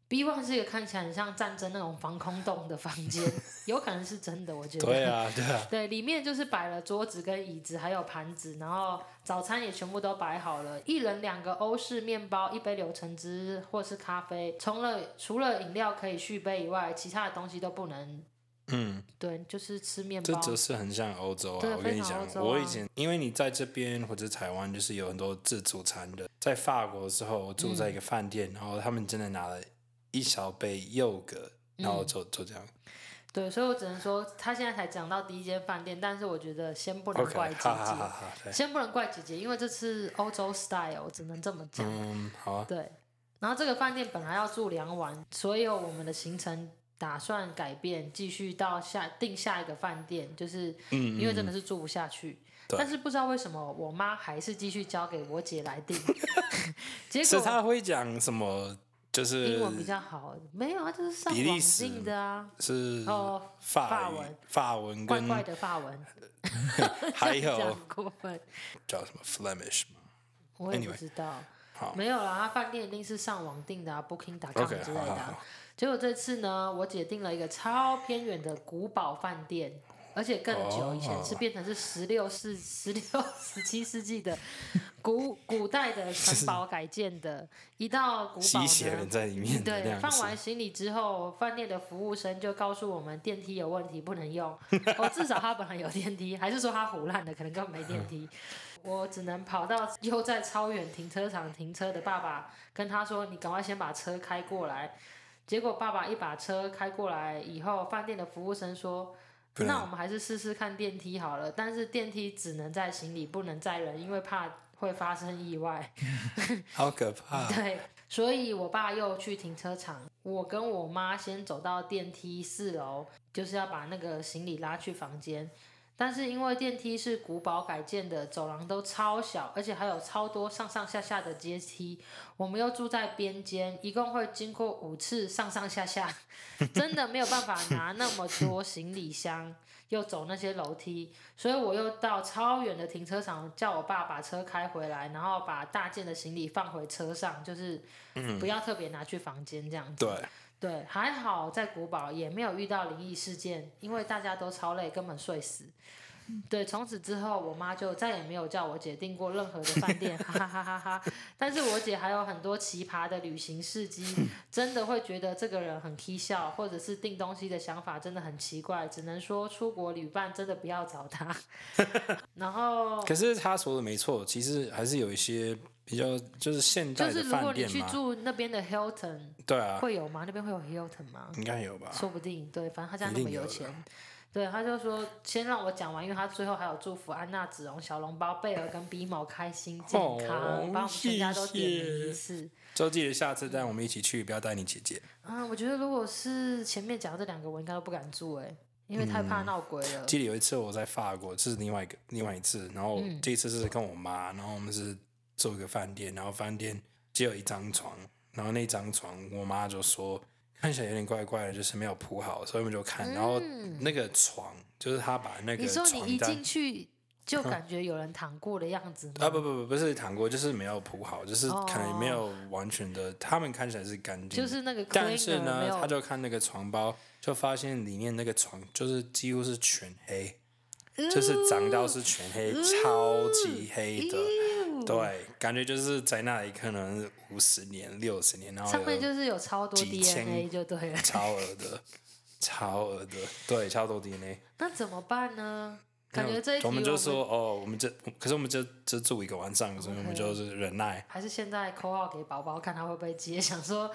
[SPEAKER 1] B one 是一个看起来很像战争那种防空洞的房间，有可能是真的，我觉得。
[SPEAKER 2] 对啊，对啊，
[SPEAKER 1] 对，里面就是摆了桌子跟椅子，还有盘子，然后早餐也全部都摆好了，一人两个欧式面包，一杯柳橙汁或是咖啡，除了除了饮料可以续杯以外，其他的东西都不能。
[SPEAKER 2] 嗯，
[SPEAKER 1] 对，就是吃面
[SPEAKER 2] 这
[SPEAKER 1] 包。
[SPEAKER 2] 就是很像欧洲啊！
[SPEAKER 1] 对
[SPEAKER 2] 我跟你
[SPEAKER 1] 非常
[SPEAKER 2] 讲
[SPEAKER 1] 欧，洲啊
[SPEAKER 2] 我以前因为你在这边或者台湾，就是有很多自助餐的。在法国的时候，我住
[SPEAKER 1] 嗯
[SPEAKER 2] 在一个饭店，然后他们真的拿了一小杯柚格，然
[SPEAKER 1] 嗯
[SPEAKER 2] 后就就这样。
[SPEAKER 1] 对，所以我只能说，他现在才讲到第一间饭店，但是我觉得先不能
[SPEAKER 2] OK，
[SPEAKER 1] 怪姐
[SPEAKER 2] 哈哈
[SPEAKER 1] 姐，
[SPEAKER 2] 哈哈，对，
[SPEAKER 1] 先不能怪姐姐，因为这次欧洲 style，我只能这么讲。
[SPEAKER 2] 嗯，好啊，
[SPEAKER 1] 对，然后这个饭店本来要住两晚，所以我们的行程打算改变，继续到下订下一个饭店，就是因为真的是住不下去。
[SPEAKER 2] 嗯对
[SPEAKER 1] 但是不知道为什么，我妈还是继续交给我姐来 订，结
[SPEAKER 2] 是
[SPEAKER 1] 果
[SPEAKER 2] 他会讲什么？就
[SPEAKER 1] 英
[SPEAKER 2] 是
[SPEAKER 1] 文比较好，没有啊，就是上
[SPEAKER 2] 比利
[SPEAKER 1] 网
[SPEAKER 2] 时
[SPEAKER 1] 订的啊，
[SPEAKER 2] 是
[SPEAKER 1] 哦
[SPEAKER 2] 法
[SPEAKER 1] 法
[SPEAKER 2] 语
[SPEAKER 1] 文、
[SPEAKER 2] 法文
[SPEAKER 1] 怪
[SPEAKER 2] 跟哎
[SPEAKER 1] 怪的法文，
[SPEAKER 2] 还
[SPEAKER 1] 这样
[SPEAKER 2] 有
[SPEAKER 1] 讲过分，
[SPEAKER 2] 叫什么 Flemish 嘛？
[SPEAKER 1] 我也不
[SPEAKER 2] Anyway，
[SPEAKER 1] 知道。
[SPEAKER 2] 好
[SPEAKER 1] 没有啦，他饭店一定是上网订的啊，Booking.com
[SPEAKER 2] OK，
[SPEAKER 1] 之类的
[SPEAKER 2] 好好
[SPEAKER 1] 啊、结果这次呢，我姐订了一个超偏远的古堡饭店，而且更久
[SPEAKER 2] 哦
[SPEAKER 1] 以前是变成是十六世、十六、 十七世纪的古古代的城堡改建的。一到古堡
[SPEAKER 2] 吸血人
[SPEAKER 1] 呢，
[SPEAKER 2] 在里面的那
[SPEAKER 1] 对，
[SPEAKER 2] 样
[SPEAKER 1] 放
[SPEAKER 2] 子。
[SPEAKER 1] 完行李之后，饭店的服务生就告诉我们电梯有问题，不能 用。我、至少他本来有电梯，还是说他胡乱的，可能根本没电梯。我只能跑到又在超远停车场停车的爸爸，跟他说：“你赶快先把车开过来。”结果爸爸一把车开过来以后，饭店的服务生说：“
[SPEAKER 2] 不然
[SPEAKER 1] 那我们还是试试看电梯好了，但是电梯只能载行李，不能载人，因为怕会发生意外。
[SPEAKER 2] 好可怕！
[SPEAKER 1] 对，所以我爸又去停车场，我跟我妈先走到电梯四楼，就是要把那个行李拉去房间。但是因为电梯是古堡改建的，走廊都超小，而且还有超多上上下下的阶梯。我们又住在边间，一共会经过五次上上下下，真的没有办法拿那么多行李箱，又走那些楼梯，所以我又到超远的停车场叫我爸把车开回来，然后把大件的行李放回车上，就是不要特别拿去房间这样子。
[SPEAKER 2] 对，
[SPEAKER 1] 对，还好在古堡也没有遇到灵异事件，因为大家都超累，根本睡死。对，从此之后，我妈就再也没有叫我姐订过任何的饭店，哈哈哈哈哈。但是我姐还有很多奇葩的旅行事迹，真的会觉得这个人很 k 笑，或者是订东西的想法真的很奇怪，只能说出国旅伴真的不要找她。然后
[SPEAKER 2] 可是他说的没错，其实还是有一些比较就是现
[SPEAKER 1] 就
[SPEAKER 2] 代
[SPEAKER 1] 是
[SPEAKER 2] 的
[SPEAKER 1] 如果
[SPEAKER 2] 饭
[SPEAKER 1] 你
[SPEAKER 2] 店
[SPEAKER 1] 去
[SPEAKER 2] 嘛，
[SPEAKER 1] 住那边的 Hilton，
[SPEAKER 2] 对啊，
[SPEAKER 1] 会有吗？那边会有 Hilton 吗？
[SPEAKER 2] 应该有吧？
[SPEAKER 1] 说不定对，反正他家
[SPEAKER 2] 一
[SPEAKER 1] 那么
[SPEAKER 2] 定有的
[SPEAKER 1] 钱。对，他就说先让我讲完，因为他最后还有祝福安娜、子荣、小笼包、贝尔跟比某开心健康，
[SPEAKER 2] 哦
[SPEAKER 1] 把我们全家都点名一
[SPEAKER 2] 谢谢
[SPEAKER 1] 次。
[SPEAKER 2] 周记得下次带我们一起去，不要带你姐姐。
[SPEAKER 1] 啊，我觉得如果是前面讲的这两个，我应该都不敢住哎、因为太
[SPEAKER 2] 嗯
[SPEAKER 1] 怕闹鬼了。
[SPEAKER 2] 记得有一次我在法国，这是另外一个另外一次，然后
[SPEAKER 1] 嗯
[SPEAKER 2] 这一次是跟我妈，然后我们是住一个饭店，然后饭店只有一张床，然后那张床我妈就说看起来有点怪怪的，就是没有铺好，所以我们就看，然后那个床就是她把那
[SPEAKER 1] 嗯
[SPEAKER 2] 个
[SPEAKER 1] 你说你一
[SPEAKER 2] 床单
[SPEAKER 1] 进去就感觉有人躺过的样子吗？
[SPEAKER 2] 啊不不不不是躺过，就是没有铺好，就是可能没有完全的，他们看起来是干净的，
[SPEAKER 1] 哦就是那个 cleaner
[SPEAKER 2] 但是
[SPEAKER 1] 没
[SPEAKER 2] 呢，
[SPEAKER 1] 有
[SPEAKER 2] 他就看那个床包，就发现里面那个床就是几乎是全黑，
[SPEAKER 1] 嗯
[SPEAKER 2] 就是长到是全黑，超级黑的。对，感觉就是在那里可能五十年、六十年，然后
[SPEAKER 1] 上面
[SPEAKER 2] 有
[SPEAKER 1] 就是有超多
[SPEAKER 2] 几千
[SPEAKER 1] DNA 就对了，
[SPEAKER 2] 超额的，超额的，对，超多 DNA。
[SPEAKER 1] 那怎么办呢？感
[SPEAKER 2] 那
[SPEAKER 1] 觉这一题
[SPEAKER 2] 我们就
[SPEAKER 1] 们
[SPEAKER 2] 说哦，我们这可是我们就只住一个晚上，所以我们就是忍耐。
[SPEAKER 1] 还是现在扣号给宝宝看他会不会接， 想说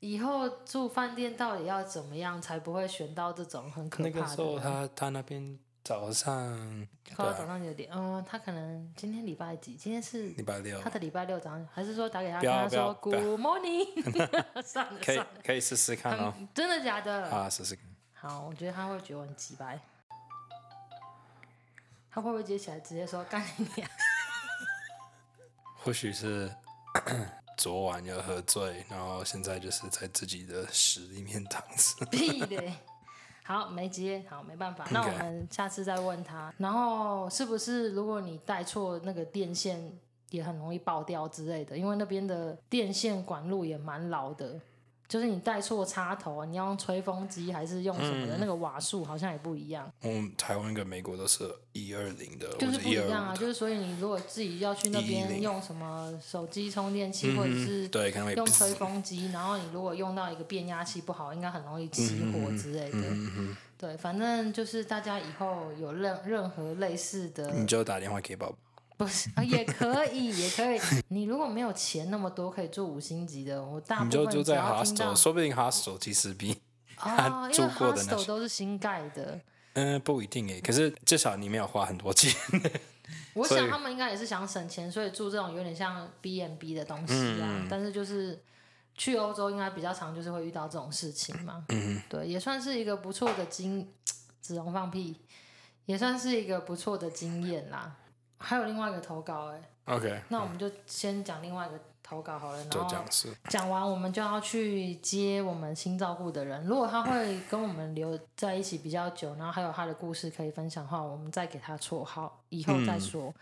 [SPEAKER 1] 以后住饭店到底要怎么样才不会选到这种很可
[SPEAKER 2] 那个
[SPEAKER 1] 怕
[SPEAKER 2] 时候
[SPEAKER 1] 的？
[SPEAKER 2] 他他那边早上
[SPEAKER 1] 扣
[SPEAKER 2] 对
[SPEAKER 1] 号
[SPEAKER 2] 啊
[SPEAKER 1] 早上九点，嗯，他可能今天礼拜几？今天是
[SPEAKER 2] 礼拜六
[SPEAKER 1] 他的礼拜六早上，还是说打给他
[SPEAKER 2] 不
[SPEAKER 1] 跟
[SPEAKER 2] 要
[SPEAKER 1] 他说
[SPEAKER 2] 不要
[SPEAKER 1] Good morning？算了
[SPEAKER 2] 可以
[SPEAKER 1] 算
[SPEAKER 2] 可以试试看
[SPEAKER 1] 了
[SPEAKER 2] 哦，，
[SPEAKER 1] 嗯真的假的？
[SPEAKER 2] 啊试试看。
[SPEAKER 1] 好，我觉得他会觉得我很鸡掰。他会不会接起来直接说干你娘？
[SPEAKER 2] 或许是 昨晚有喝醉，然后现在就是在自己的屎里面躺着。
[SPEAKER 1] 屁嘞！好，没接，好，没办法。那我
[SPEAKER 2] OK
[SPEAKER 1] 们下次再问他。然后是不是如果你带错那个电线，也很容易爆掉之类的？因为那边的电线管路也蛮老的，就是你带错插头，你要用吹风机还是用什么的，那个瓦数好像也不一样，
[SPEAKER 2] 嗯，台湾跟美国都是一二零的，
[SPEAKER 1] 就是
[SPEAKER 2] 或者
[SPEAKER 1] 不一
[SPEAKER 2] 一二
[SPEAKER 1] 样啊。
[SPEAKER 2] 五
[SPEAKER 1] 就是所以你如果自己要去那边
[SPEAKER 2] 110
[SPEAKER 1] 用什么手机充电器，或者是
[SPEAKER 2] 的。嗯对，可能会
[SPEAKER 1] 用吹风机，然后你如果用到一个变压器不好，应该很容易起火之类
[SPEAKER 2] 嗯
[SPEAKER 1] 的。对，反正就是大家以后有任任何类似的，
[SPEAKER 2] 你就打电话给宝宝。
[SPEAKER 1] 不是 啊，也可以，也可以。你如果没有钱那么多，可以住五星级的。我大
[SPEAKER 2] 你
[SPEAKER 1] 部
[SPEAKER 2] 就
[SPEAKER 1] 分
[SPEAKER 2] 住
[SPEAKER 1] 只
[SPEAKER 2] 在
[SPEAKER 1] 要听到
[SPEAKER 2] hostel，说不定 hostel 其实比
[SPEAKER 1] 哦，因为
[SPEAKER 2] 住过的那
[SPEAKER 1] hostel
[SPEAKER 2] 些
[SPEAKER 1] 都是新盖的，
[SPEAKER 2] 嗯、不一定诶，可是至少你没有花很多钱。
[SPEAKER 1] 我
[SPEAKER 2] 所以
[SPEAKER 1] 想他们应该也是想省钱，所以住这种有点像 B n B 的东西啊。
[SPEAKER 2] 嗯
[SPEAKER 1] 但是就是去欧洲应该比较常就是会遇到这种事情嘛。嗯，对，也算是一个不错的经，子龙放屁，也算是一个不错的经验啦。还有另外一个投稿哎、
[SPEAKER 2] OK，
[SPEAKER 1] 那我们就先讲另外一个投稿好了，
[SPEAKER 2] 就
[SPEAKER 1] 然
[SPEAKER 2] 这
[SPEAKER 1] 后
[SPEAKER 2] 样是
[SPEAKER 1] 讲完，我们就要去接我们新照顾的人。如果他会跟我们留在一起比较久，然后还有他的故事可以分享的话，我们再给他绰号，以后再说。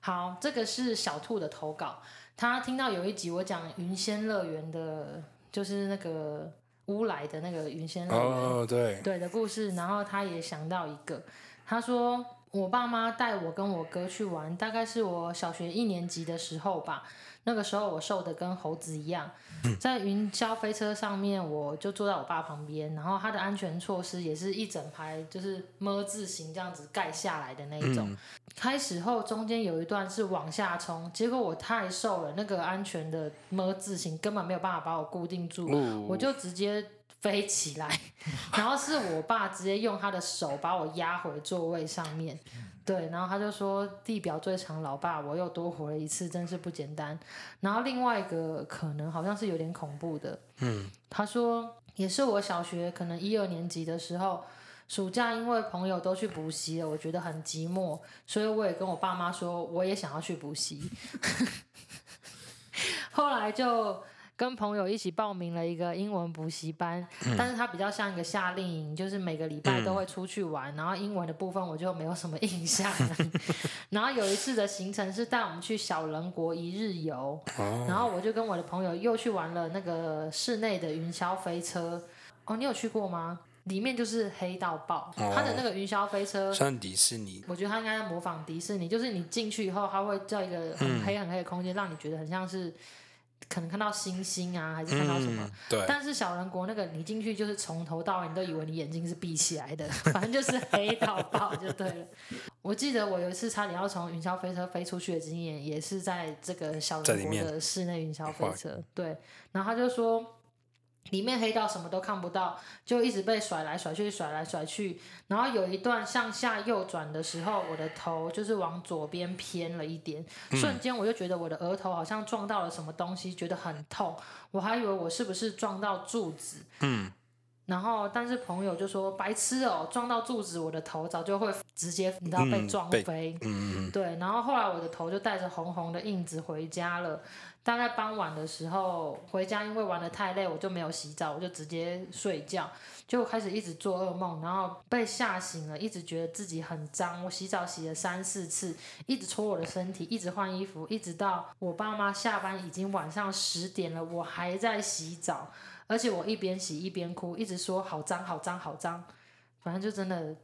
[SPEAKER 1] 好，这个是小兔的投稿，他听到有一集我讲云仙乐园的，就是那个乌来的那个云仙乐园。
[SPEAKER 2] 哦，对，
[SPEAKER 1] 对的故事，然后他也想到一个，他说我爸妈带我跟我哥去玩，大概是我小学一年级的时候吧。那个时候我瘦的跟猴子一样，在云霄飞车上面，我就坐在我爸旁边，然后他的安全措施也是一整排就是么字形这样子盖下来的那一种。开始后中间有一段是往下冲，结果我太瘦了，那个安全的么字形根本没有办法把我固定住，
[SPEAKER 2] 哦
[SPEAKER 1] 我就直接飞 起来。然后是我爸直接用他的手把我压回座位上面，对，然后他就说地表最长老爸，我又多活了一次，真是不简单。然后另外一个可能好像是有点恐怖的，
[SPEAKER 2] 嗯，
[SPEAKER 1] 他说也是我小学可能一二年级的时候，暑假因为朋友都去补习了，我觉得很寂寞，所以我也跟我爸妈说我也想要去补习。 后来就跟朋友一起报名了一个英文补习班，但是它比较像一个夏令营，就是每个礼拜都会出去玩，然后英文的部分我就没有什么印象了。然后有一次的行程是带我们去小人国一日游，然后我就跟我的朋友又去玩了那个室内的云霄飞车。哦，你有去过吗？里面就是黑到爆，
[SPEAKER 2] 哦
[SPEAKER 1] 它的那个云霄飞车
[SPEAKER 2] 像迪士尼，
[SPEAKER 1] 我觉得他应该在模仿迪士尼，就是你进去以后，他会叫一个很黑很黑的空间，让你觉得很像是可能看到星星啊，还是看到什 么。
[SPEAKER 2] 嗯，对，
[SPEAKER 1] 但是小人国那个，你进去就是从头到尾，你都以为你眼睛是闭起来的，反正就是黑到爆就对了。我记得我有一次差点要从云霄飞车飞出去的经验，也是在这个小
[SPEAKER 2] 在
[SPEAKER 1] 人
[SPEAKER 2] 里
[SPEAKER 1] 国
[SPEAKER 2] 面
[SPEAKER 1] 的室内云霄飞
[SPEAKER 2] 哇
[SPEAKER 1] 车。对，然后他就说。里面黑到什么都看不到，就一直被甩来甩去，甩来甩去。然后有一段向下右转的时候，我的头就是往左边偏了一点，
[SPEAKER 2] 嗯
[SPEAKER 1] 瞬间我就觉得我的额头好像撞到了什么东西，觉得很痛。我还以为我是不是撞到柱子，
[SPEAKER 2] 嗯，
[SPEAKER 1] 然后但是朋友就说白痴哦，撞到柱子，我的头早就会直接你知道被
[SPEAKER 2] 嗯
[SPEAKER 1] 撞
[SPEAKER 2] 被
[SPEAKER 1] 飞，
[SPEAKER 2] 嗯，嗯
[SPEAKER 1] 对，然后后来我的头就带着红红的印子回家了。大概傍晚的时候回家，因为玩的太累，我就没有洗澡，我就直接睡觉，就开始一直做噩梦，然后被吓醒了，一直觉得自己很脏。我洗澡洗了三四次，一直搓我的身体，一直换衣服，一直到我爸妈下班已经晚上十点了，我还在洗澡，而且我一边洗一边哭，一直说好脏好脏好脏，反正就真的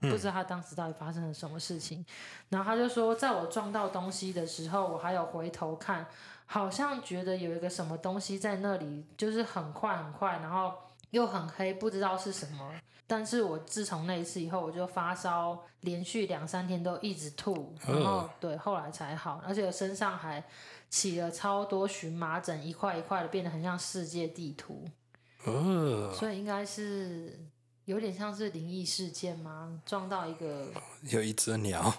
[SPEAKER 1] 不知道他当时到底发生了什么事情。然后他就说，在我撞到东西的时候，我还有回头看，好像觉得有一个什么东西在那里，就是很快很快，然后又很黑，不知道是什么。但是我自从那一次以后，我就发烧，连续两三天都一直吐，
[SPEAKER 2] 哦
[SPEAKER 1] 然后对，后来才好，而且我身上还起了超多荨麻疹，一块一块的，变得很像世界地图，
[SPEAKER 2] 哦，
[SPEAKER 1] 所以应该是有点像是灵异事件吗？撞到一个
[SPEAKER 2] 有一只 鸟，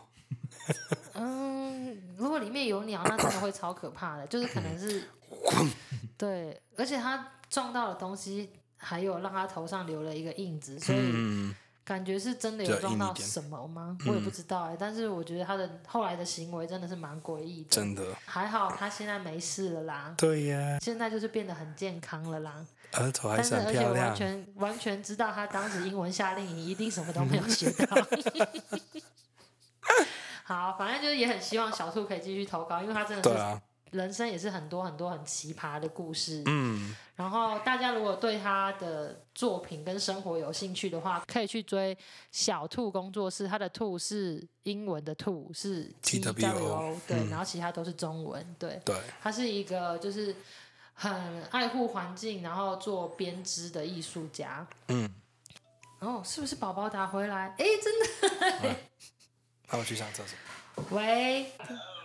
[SPEAKER 1] 嗯，如果里面有鸟，那真的会超可怕 的，就是可能是，对，而且它撞到的东西还有让它头上留了一个印子，所以
[SPEAKER 2] 嗯，
[SPEAKER 1] 感觉是真的
[SPEAKER 2] 比
[SPEAKER 1] 有
[SPEAKER 2] 较
[SPEAKER 1] 撞
[SPEAKER 2] 硬一
[SPEAKER 1] 到
[SPEAKER 2] 点嗯
[SPEAKER 1] 什么吗？我也不知道哎、但是我觉得他的后来的行为真的是蛮诡异的。
[SPEAKER 2] 真的，
[SPEAKER 1] 还好他现在没事了啦，
[SPEAKER 2] 对呀，
[SPEAKER 1] 现在就是变得很健康了啦。
[SPEAKER 2] 额头还
[SPEAKER 1] 但是
[SPEAKER 2] 是很
[SPEAKER 1] 而且
[SPEAKER 2] 漂
[SPEAKER 1] 我完
[SPEAKER 2] 亮，
[SPEAKER 1] 全完全知道他当时英文夏令营一定什么都没有学到。 好，反正就是也很希望小兔可以继续投稿，因为他真的
[SPEAKER 2] 对
[SPEAKER 1] 是
[SPEAKER 2] 啊，
[SPEAKER 1] 人生也是很多很多很奇葩的故事。
[SPEAKER 2] 嗯，
[SPEAKER 1] 然后大家如果对他的作品跟生活有兴趣的话，可以去追小兔工作室，他的兔是英文的兔是
[SPEAKER 2] T W O 嗯
[SPEAKER 1] O，对，然后其他都是中文，对。
[SPEAKER 2] 对，
[SPEAKER 1] 他是一个就是很爱护环境，然后做编织的艺术家。
[SPEAKER 2] 嗯，
[SPEAKER 1] 哦，是不是宝宝打回来？哎，
[SPEAKER 2] 嗯那我去上厕所。
[SPEAKER 1] 喂，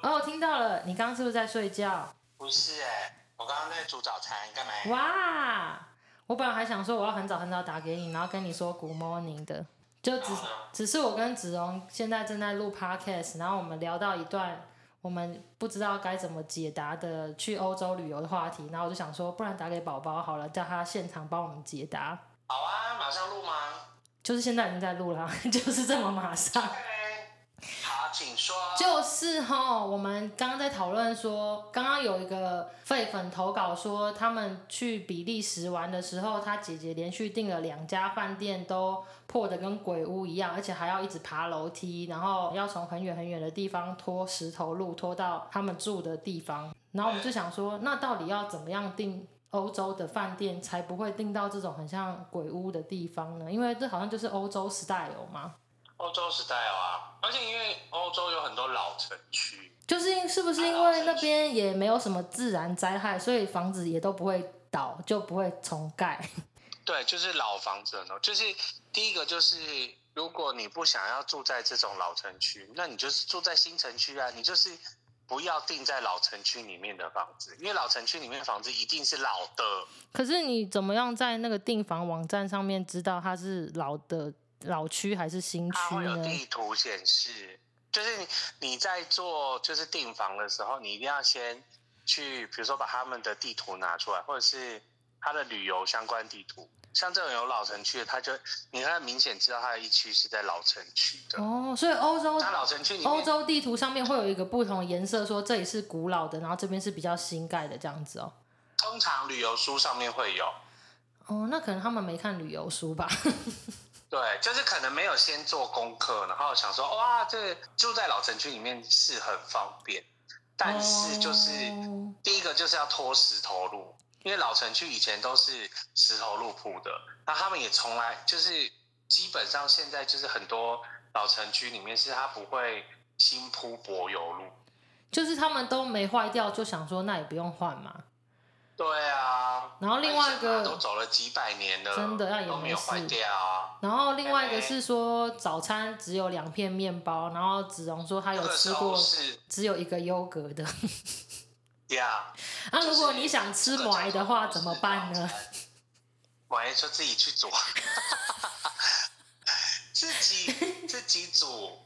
[SPEAKER 1] 哦，我听到了，你刚刚是不是在睡觉？
[SPEAKER 3] 不是哎、我刚刚在煮早餐，干嘛？
[SPEAKER 1] 哇，我本来还想说我要很早很早打给你，然后跟你说 Good morning 的，就只只是我跟子荣现在正在录 podcast，然后我们聊到一段。我们不知道该怎么解答的去欧洲旅游的话题，然后我就想说，不然打给宝宝好了，叫他现场帮我们解答。
[SPEAKER 3] 好啊，马上录吗？
[SPEAKER 1] 就是现在已经在录了， 就是这么马上。
[SPEAKER 3] 好，请说。
[SPEAKER 1] 就是哈，我们刚刚在讨论说，刚刚有一个废粉投稿说，他们去比利时玩的时候，他姐姐连续订了两家饭店，都破的跟鬼屋一样，而且还要一直爬楼梯，然后要从很远很远的地方拖石头路拖到他们住的地方。然后我们就想说，那到底要怎么样订欧洲的饭店，才不会订到这种很像鬼屋的地方呢？因为这好像就是欧洲 style 嘛。
[SPEAKER 3] 欧洲时代啊，而且因为欧洲有很多老城区，
[SPEAKER 1] 就是因是不啊是因为那边也没有什么自然灾害，所以房子也都不会倒，就不会重盖。
[SPEAKER 3] 对，就是老房子很多。就是第一个就是，如果你不想要住在这种老城区，那你就是住在新城区啊，你就是。不要定在老城区里面的房子，因为老城区里面的房子一定是老的，
[SPEAKER 1] 可是你怎么样在那个订房网站上面知道它是老的老区还是新
[SPEAKER 3] 它
[SPEAKER 1] 区
[SPEAKER 3] 会有
[SPEAKER 1] 呢？
[SPEAKER 3] 地图显示，就是你你在做就是订房的时候，你一定要先去，比如说把他们的地图拿出来，或者是他的旅游相关地图。像这种有老城区的，他就你看明显知道他的一区是在老城区的。
[SPEAKER 1] 哦，所以欧洲
[SPEAKER 3] 那老城区里
[SPEAKER 1] 欧
[SPEAKER 3] 面，
[SPEAKER 1] 洲地图上面会有一个不同的颜色，说这里是古老的，然后这边是比较新盖的这样子哦。
[SPEAKER 3] 通常旅游书上面会有，
[SPEAKER 1] 哦，那可能他们没看旅游书吧？
[SPEAKER 3] 对，就是可能没有先做功课，然后想说哇，这个住在老城区里面是很方便，但是就是、
[SPEAKER 1] 哦
[SPEAKER 3] 第一个就是要拖石头路，因为老城区以前都是石头路铺的，那他们也从来就是基本上现在就是很多老城区里面是它不会新铺柏油路。
[SPEAKER 1] 就是他们都没坏掉，就想说那也不用换嘛。
[SPEAKER 3] 对啊，
[SPEAKER 1] 然后另外一个
[SPEAKER 3] 而且它都走了几百年了，
[SPEAKER 1] 真的那也
[SPEAKER 3] 都没有
[SPEAKER 1] 没事
[SPEAKER 3] 坏掉啊。
[SPEAKER 1] 然后另外一个是说早餐只有两片面包，然后子荣说他
[SPEAKER 3] 那
[SPEAKER 1] 有
[SPEAKER 3] 个时
[SPEAKER 1] 吃
[SPEAKER 3] 候
[SPEAKER 1] 过
[SPEAKER 3] 是
[SPEAKER 1] 只有一个优格 的。
[SPEAKER 3] 呀，
[SPEAKER 1] 那、
[SPEAKER 3] 就是
[SPEAKER 1] 如果你想吃糜的话怎么办呢？？
[SPEAKER 3] 我还说自己去煮， 自己自己煮，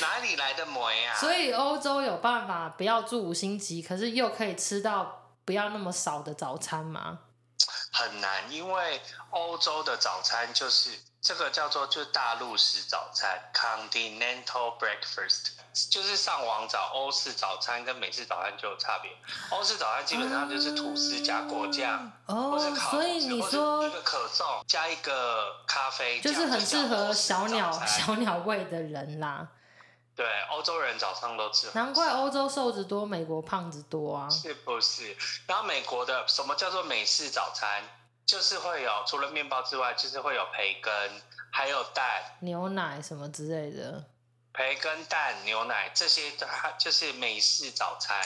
[SPEAKER 3] 哪里来的啊馍呀、
[SPEAKER 1] 所以欧洲有办法不要住五星级，可是又可以吃到不要那么少的早餐吗？
[SPEAKER 3] 很难，因为欧洲的早餐就是这个叫做就是大陆式早餐 （continental breakfast），就是上网找欧式早餐跟美式早餐就有差别。欧式早餐基本上就是吐司加果酱。或
[SPEAKER 1] 哦
[SPEAKER 3] 是，烤
[SPEAKER 1] 所以
[SPEAKER 3] 吐司
[SPEAKER 1] 你
[SPEAKER 3] 或是
[SPEAKER 1] 说
[SPEAKER 3] 一个可颂加一个咖啡，
[SPEAKER 1] 就是很适合小鸟
[SPEAKER 3] 这样就叫欧式早餐
[SPEAKER 1] 小鸟胃的人啦，
[SPEAKER 3] 对欧洲人早上都吃，
[SPEAKER 1] 难怪欧洲瘦子多，美国胖子多啊。
[SPEAKER 3] 是不是？然后美国的什么叫做美式早餐，就是会有除了面包之外，就是会有培根，还有蛋，
[SPEAKER 1] 牛奶什么之类的。
[SPEAKER 3] 培根、蛋、牛奶这些，它就是美式早餐。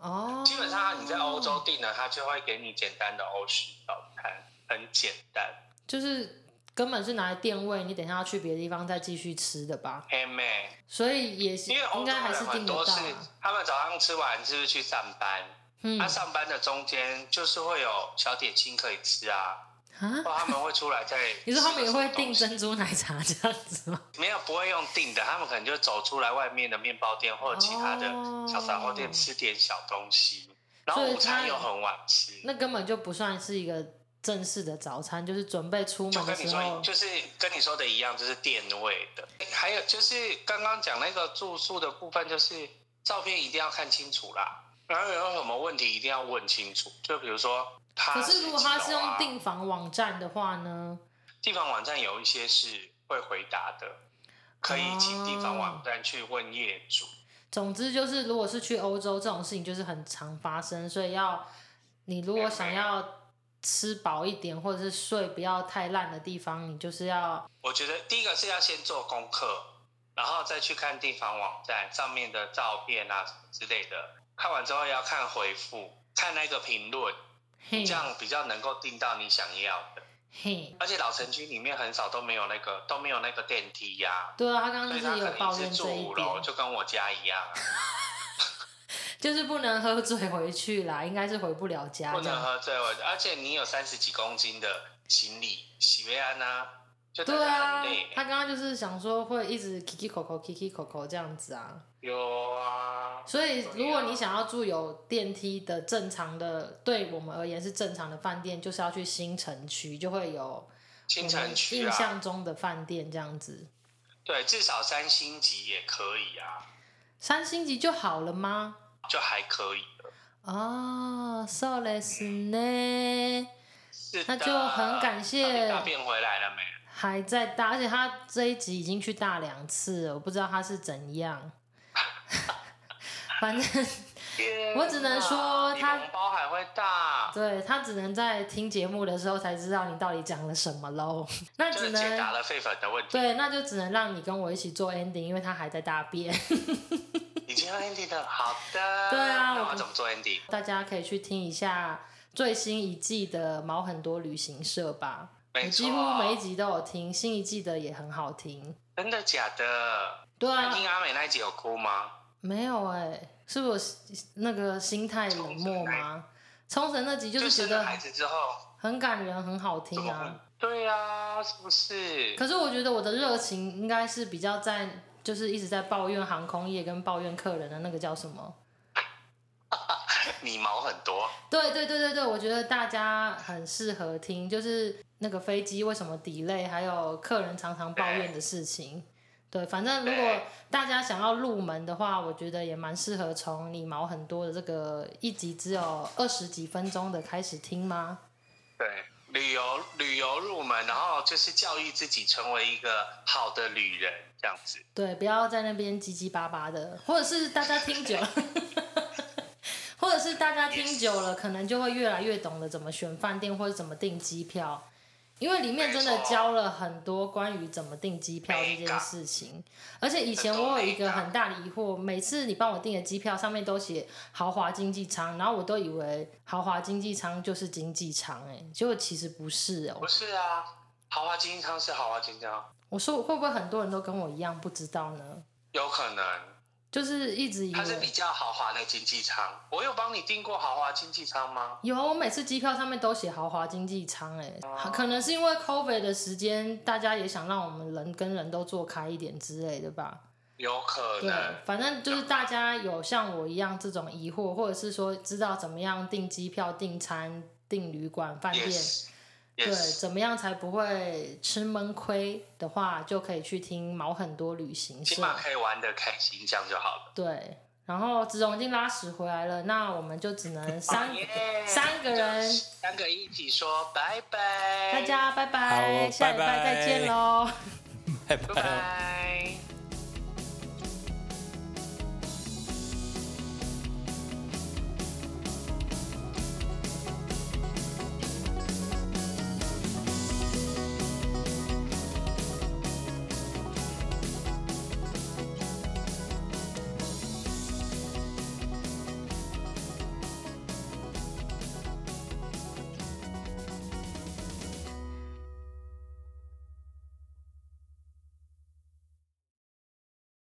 [SPEAKER 1] 哦，
[SPEAKER 3] 基本上你在欧洲订了，它就会给你简单的欧式早餐，很简单。
[SPEAKER 1] 就是根本是拿来垫位，你等一下要去别的地方再继续吃的吧，
[SPEAKER 3] 嘿妹，
[SPEAKER 1] 所以也是
[SPEAKER 3] 因为
[SPEAKER 1] 应
[SPEAKER 3] 欧洲
[SPEAKER 1] 该还是
[SPEAKER 3] 人
[SPEAKER 1] 订
[SPEAKER 3] 很
[SPEAKER 1] 得
[SPEAKER 3] 多
[SPEAKER 1] 到
[SPEAKER 3] 是
[SPEAKER 1] 啊。
[SPEAKER 3] 他们早上吃完是不是去上班？
[SPEAKER 1] 嗯
[SPEAKER 3] 他、上班的中间就是会有小点心可以 吃啊，
[SPEAKER 1] 啊，。
[SPEAKER 3] 或他们会出来再
[SPEAKER 1] 你说他们也会订
[SPEAKER 3] 订
[SPEAKER 1] 珍珠奶茶这样子吗？
[SPEAKER 3] 没有，不会用订的，他们可能就走出来外面的面包店或者其他的小杂货店
[SPEAKER 1] 哦
[SPEAKER 3] 吃点小东西，然后
[SPEAKER 1] 所以
[SPEAKER 3] 午餐
[SPEAKER 1] 他
[SPEAKER 3] 又很晚吃。
[SPEAKER 1] 那根本就不算是一个正式的早餐，就是准备出
[SPEAKER 3] 就
[SPEAKER 1] 门的
[SPEAKER 3] 跟你
[SPEAKER 1] 时
[SPEAKER 3] 说，
[SPEAKER 1] 候。
[SPEAKER 3] 就是跟你说的一样，就是电位的。还有就是刚刚讲那个住宿的部分，就是照片一定要看清楚啦，然后有什么问题一定要问清楚。就比如说他、
[SPEAKER 1] 可是如果他是用
[SPEAKER 3] 订
[SPEAKER 1] 订房网站的话呢？
[SPEAKER 3] 啊地方网站，有一些是会回答的，可以请地方网站去问业主。
[SPEAKER 1] 总之就是，如果是去欧洲这种事情，就是很常发生，所以要你如果想要吃饱一点，或者是睡不要太烂的地方，你就是要
[SPEAKER 3] 我觉得第一个是要先做功课，然后再去看地方网站上面的照片啊什么之类的。看完之后要看回复，看那个评论。
[SPEAKER 1] 嘿
[SPEAKER 3] 这样比较能够订到你想要的。
[SPEAKER 1] 嘿，
[SPEAKER 3] 而且老城区里面很少都没有那个都没有那个电梯呀、
[SPEAKER 1] 对啊，他刚
[SPEAKER 3] 所
[SPEAKER 1] 刚
[SPEAKER 3] 以
[SPEAKER 1] 就
[SPEAKER 3] 他
[SPEAKER 1] 是有
[SPEAKER 3] 可能
[SPEAKER 1] 抱
[SPEAKER 3] 一
[SPEAKER 1] 怨
[SPEAKER 3] 直
[SPEAKER 1] 这
[SPEAKER 3] 住
[SPEAKER 1] 一
[SPEAKER 3] 五楼，
[SPEAKER 1] 点，
[SPEAKER 3] 就跟我家一样啊，
[SPEAKER 1] 就是不能喝醉回去啦，应该是回不了家
[SPEAKER 3] 不
[SPEAKER 1] 这
[SPEAKER 3] 能
[SPEAKER 1] 样。
[SPEAKER 3] 喝醉我。而且你有三十几公斤的行李，喜薇安啊，就大
[SPEAKER 1] 对
[SPEAKER 3] 家
[SPEAKER 1] 啊
[SPEAKER 3] 很累，哎
[SPEAKER 1] 他刚刚就是想说会一直 kiki 口口 kiki 口口这样子啊，
[SPEAKER 3] 有啊。
[SPEAKER 1] 所以
[SPEAKER 3] 对啊
[SPEAKER 1] 如果你想要住有电梯的正常的，对我们而言是正常的饭店，就是要去新城区，就会有
[SPEAKER 3] 新城区
[SPEAKER 1] 印
[SPEAKER 3] 啊，
[SPEAKER 1] 象中的饭店这样子，
[SPEAKER 3] 对，至少三星级也可以啊，
[SPEAKER 1] 三星级就好了吗？
[SPEAKER 3] 就还可以了。
[SPEAKER 1] 哦，そうですね，
[SPEAKER 3] 是
[SPEAKER 1] 那
[SPEAKER 3] 的
[SPEAKER 1] 就很感谢
[SPEAKER 3] 到底大便回来了没？
[SPEAKER 1] 还在大，而且他这一集已经去大两次了，我不知道他是怎样。 反正
[SPEAKER 3] 天
[SPEAKER 1] 我只能
[SPEAKER 3] 哪
[SPEAKER 1] 说
[SPEAKER 3] 比
[SPEAKER 1] 他
[SPEAKER 3] 笼包还会大。
[SPEAKER 1] 对他只能在听节目的时候才知道你到底讲了什么喽。那
[SPEAKER 3] 就
[SPEAKER 1] 只
[SPEAKER 3] 是解答
[SPEAKER 1] 能
[SPEAKER 3] 了费粉的问题，
[SPEAKER 1] 对，那就只能让你跟我一起做 ending，因为他还在大便。
[SPEAKER 3] 已经 ending 了。好的，
[SPEAKER 1] 对啊我
[SPEAKER 3] 那我要
[SPEAKER 1] 们
[SPEAKER 3] 怎么做 ending？
[SPEAKER 1] 大家可以去听一下最新一季的《毛很多旅行社》吧。我
[SPEAKER 3] 没错，啊
[SPEAKER 1] 几乎每一集都有听，新一季的也很好听。
[SPEAKER 3] 真的假的？
[SPEAKER 1] 对啊
[SPEAKER 3] 那你，听阿美那一集有哭吗？
[SPEAKER 1] 没有哎、是不是我那个心态冷漠吗？冲绳那集就是觉
[SPEAKER 3] 生了
[SPEAKER 1] 得
[SPEAKER 3] 孩子之后
[SPEAKER 1] 很感人，很好
[SPEAKER 3] 怎
[SPEAKER 1] 听
[SPEAKER 3] 么
[SPEAKER 1] 啊。
[SPEAKER 3] 会？对啊，是不是？
[SPEAKER 1] 可是我觉得我的热情应该是比较在就是一直在抱怨航空业跟抱怨客人的那个叫什么？
[SPEAKER 3] 你毛很多，
[SPEAKER 1] 对对对对对，我觉得大家很适合听，就是那个飞机为什么 delay，还有客人常常抱怨的事情。对，反正如果大家想要入门的话，我觉得也蛮适合从你毛很多的这个一集只有二十几分钟的开始听吗？
[SPEAKER 3] 对，旅游旅游入门，然后就是教育自己成为一个好的旅人，这样子。
[SPEAKER 1] 对，不要在那边唧唧巴巴的，或者是大家听久了， 或者是大家听久了，可能就会越来越懂得怎么选饭店或者怎么订机票，因为里面真的
[SPEAKER 3] 没错
[SPEAKER 1] 教了很多关于怎么订机票这件事情。而且以前我有一个很大的疑惑，每次你帮我订的机票上面都写豪华经济舱，然后我都以为豪华经济舱就是经济舱、欸，哎，结果其实不是哦、
[SPEAKER 3] 不是啊，豪华金汤是豪华金汤，
[SPEAKER 1] 我说会不会很多人都跟我一样不知道呢？
[SPEAKER 3] 有可能
[SPEAKER 1] 就是一直以
[SPEAKER 3] 它是
[SPEAKER 1] 为
[SPEAKER 3] 比较豪华的经济舱。我有帮你订过豪华经济舱吗？
[SPEAKER 1] 有，啊我每次机票上面都写豪华经济舱，哎，
[SPEAKER 3] 哦
[SPEAKER 1] 可能是因为 COVID 的时间，大家也想让我们人跟人都坐开一点之类的吧。
[SPEAKER 3] 有可
[SPEAKER 1] 对
[SPEAKER 3] 能，，
[SPEAKER 1] 反正就是大家有像我一样这种疑惑，或者是说知道怎么样订机票、订餐、订旅馆、饭店
[SPEAKER 3] 也是，
[SPEAKER 1] 对
[SPEAKER 3] 也，是，
[SPEAKER 1] 怎么样才不会吃闷亏的话，就可以去听毛很多旅行
[SPEAKER 3] 起
[SPEAKER 1] 社。
[SPEAKER 3] 码可以玩的开心，这样就好了。
[SPEAKER 1] 对，然后子荣已经拉屎回来了，那我们就只能三、
[SPEAKER 3] 耶
[SPEAKER 1] 三个人
[SPEAKER 3] 三个一起说拜拜，
[SPEAKER 1] 大家拜拜，
[SPEAKER 2] 好
[SPEAKER 1] 下礼拜再见喽。
[SPEAKER 2] 拜拜
[SPEAKER 3] 拜。拜。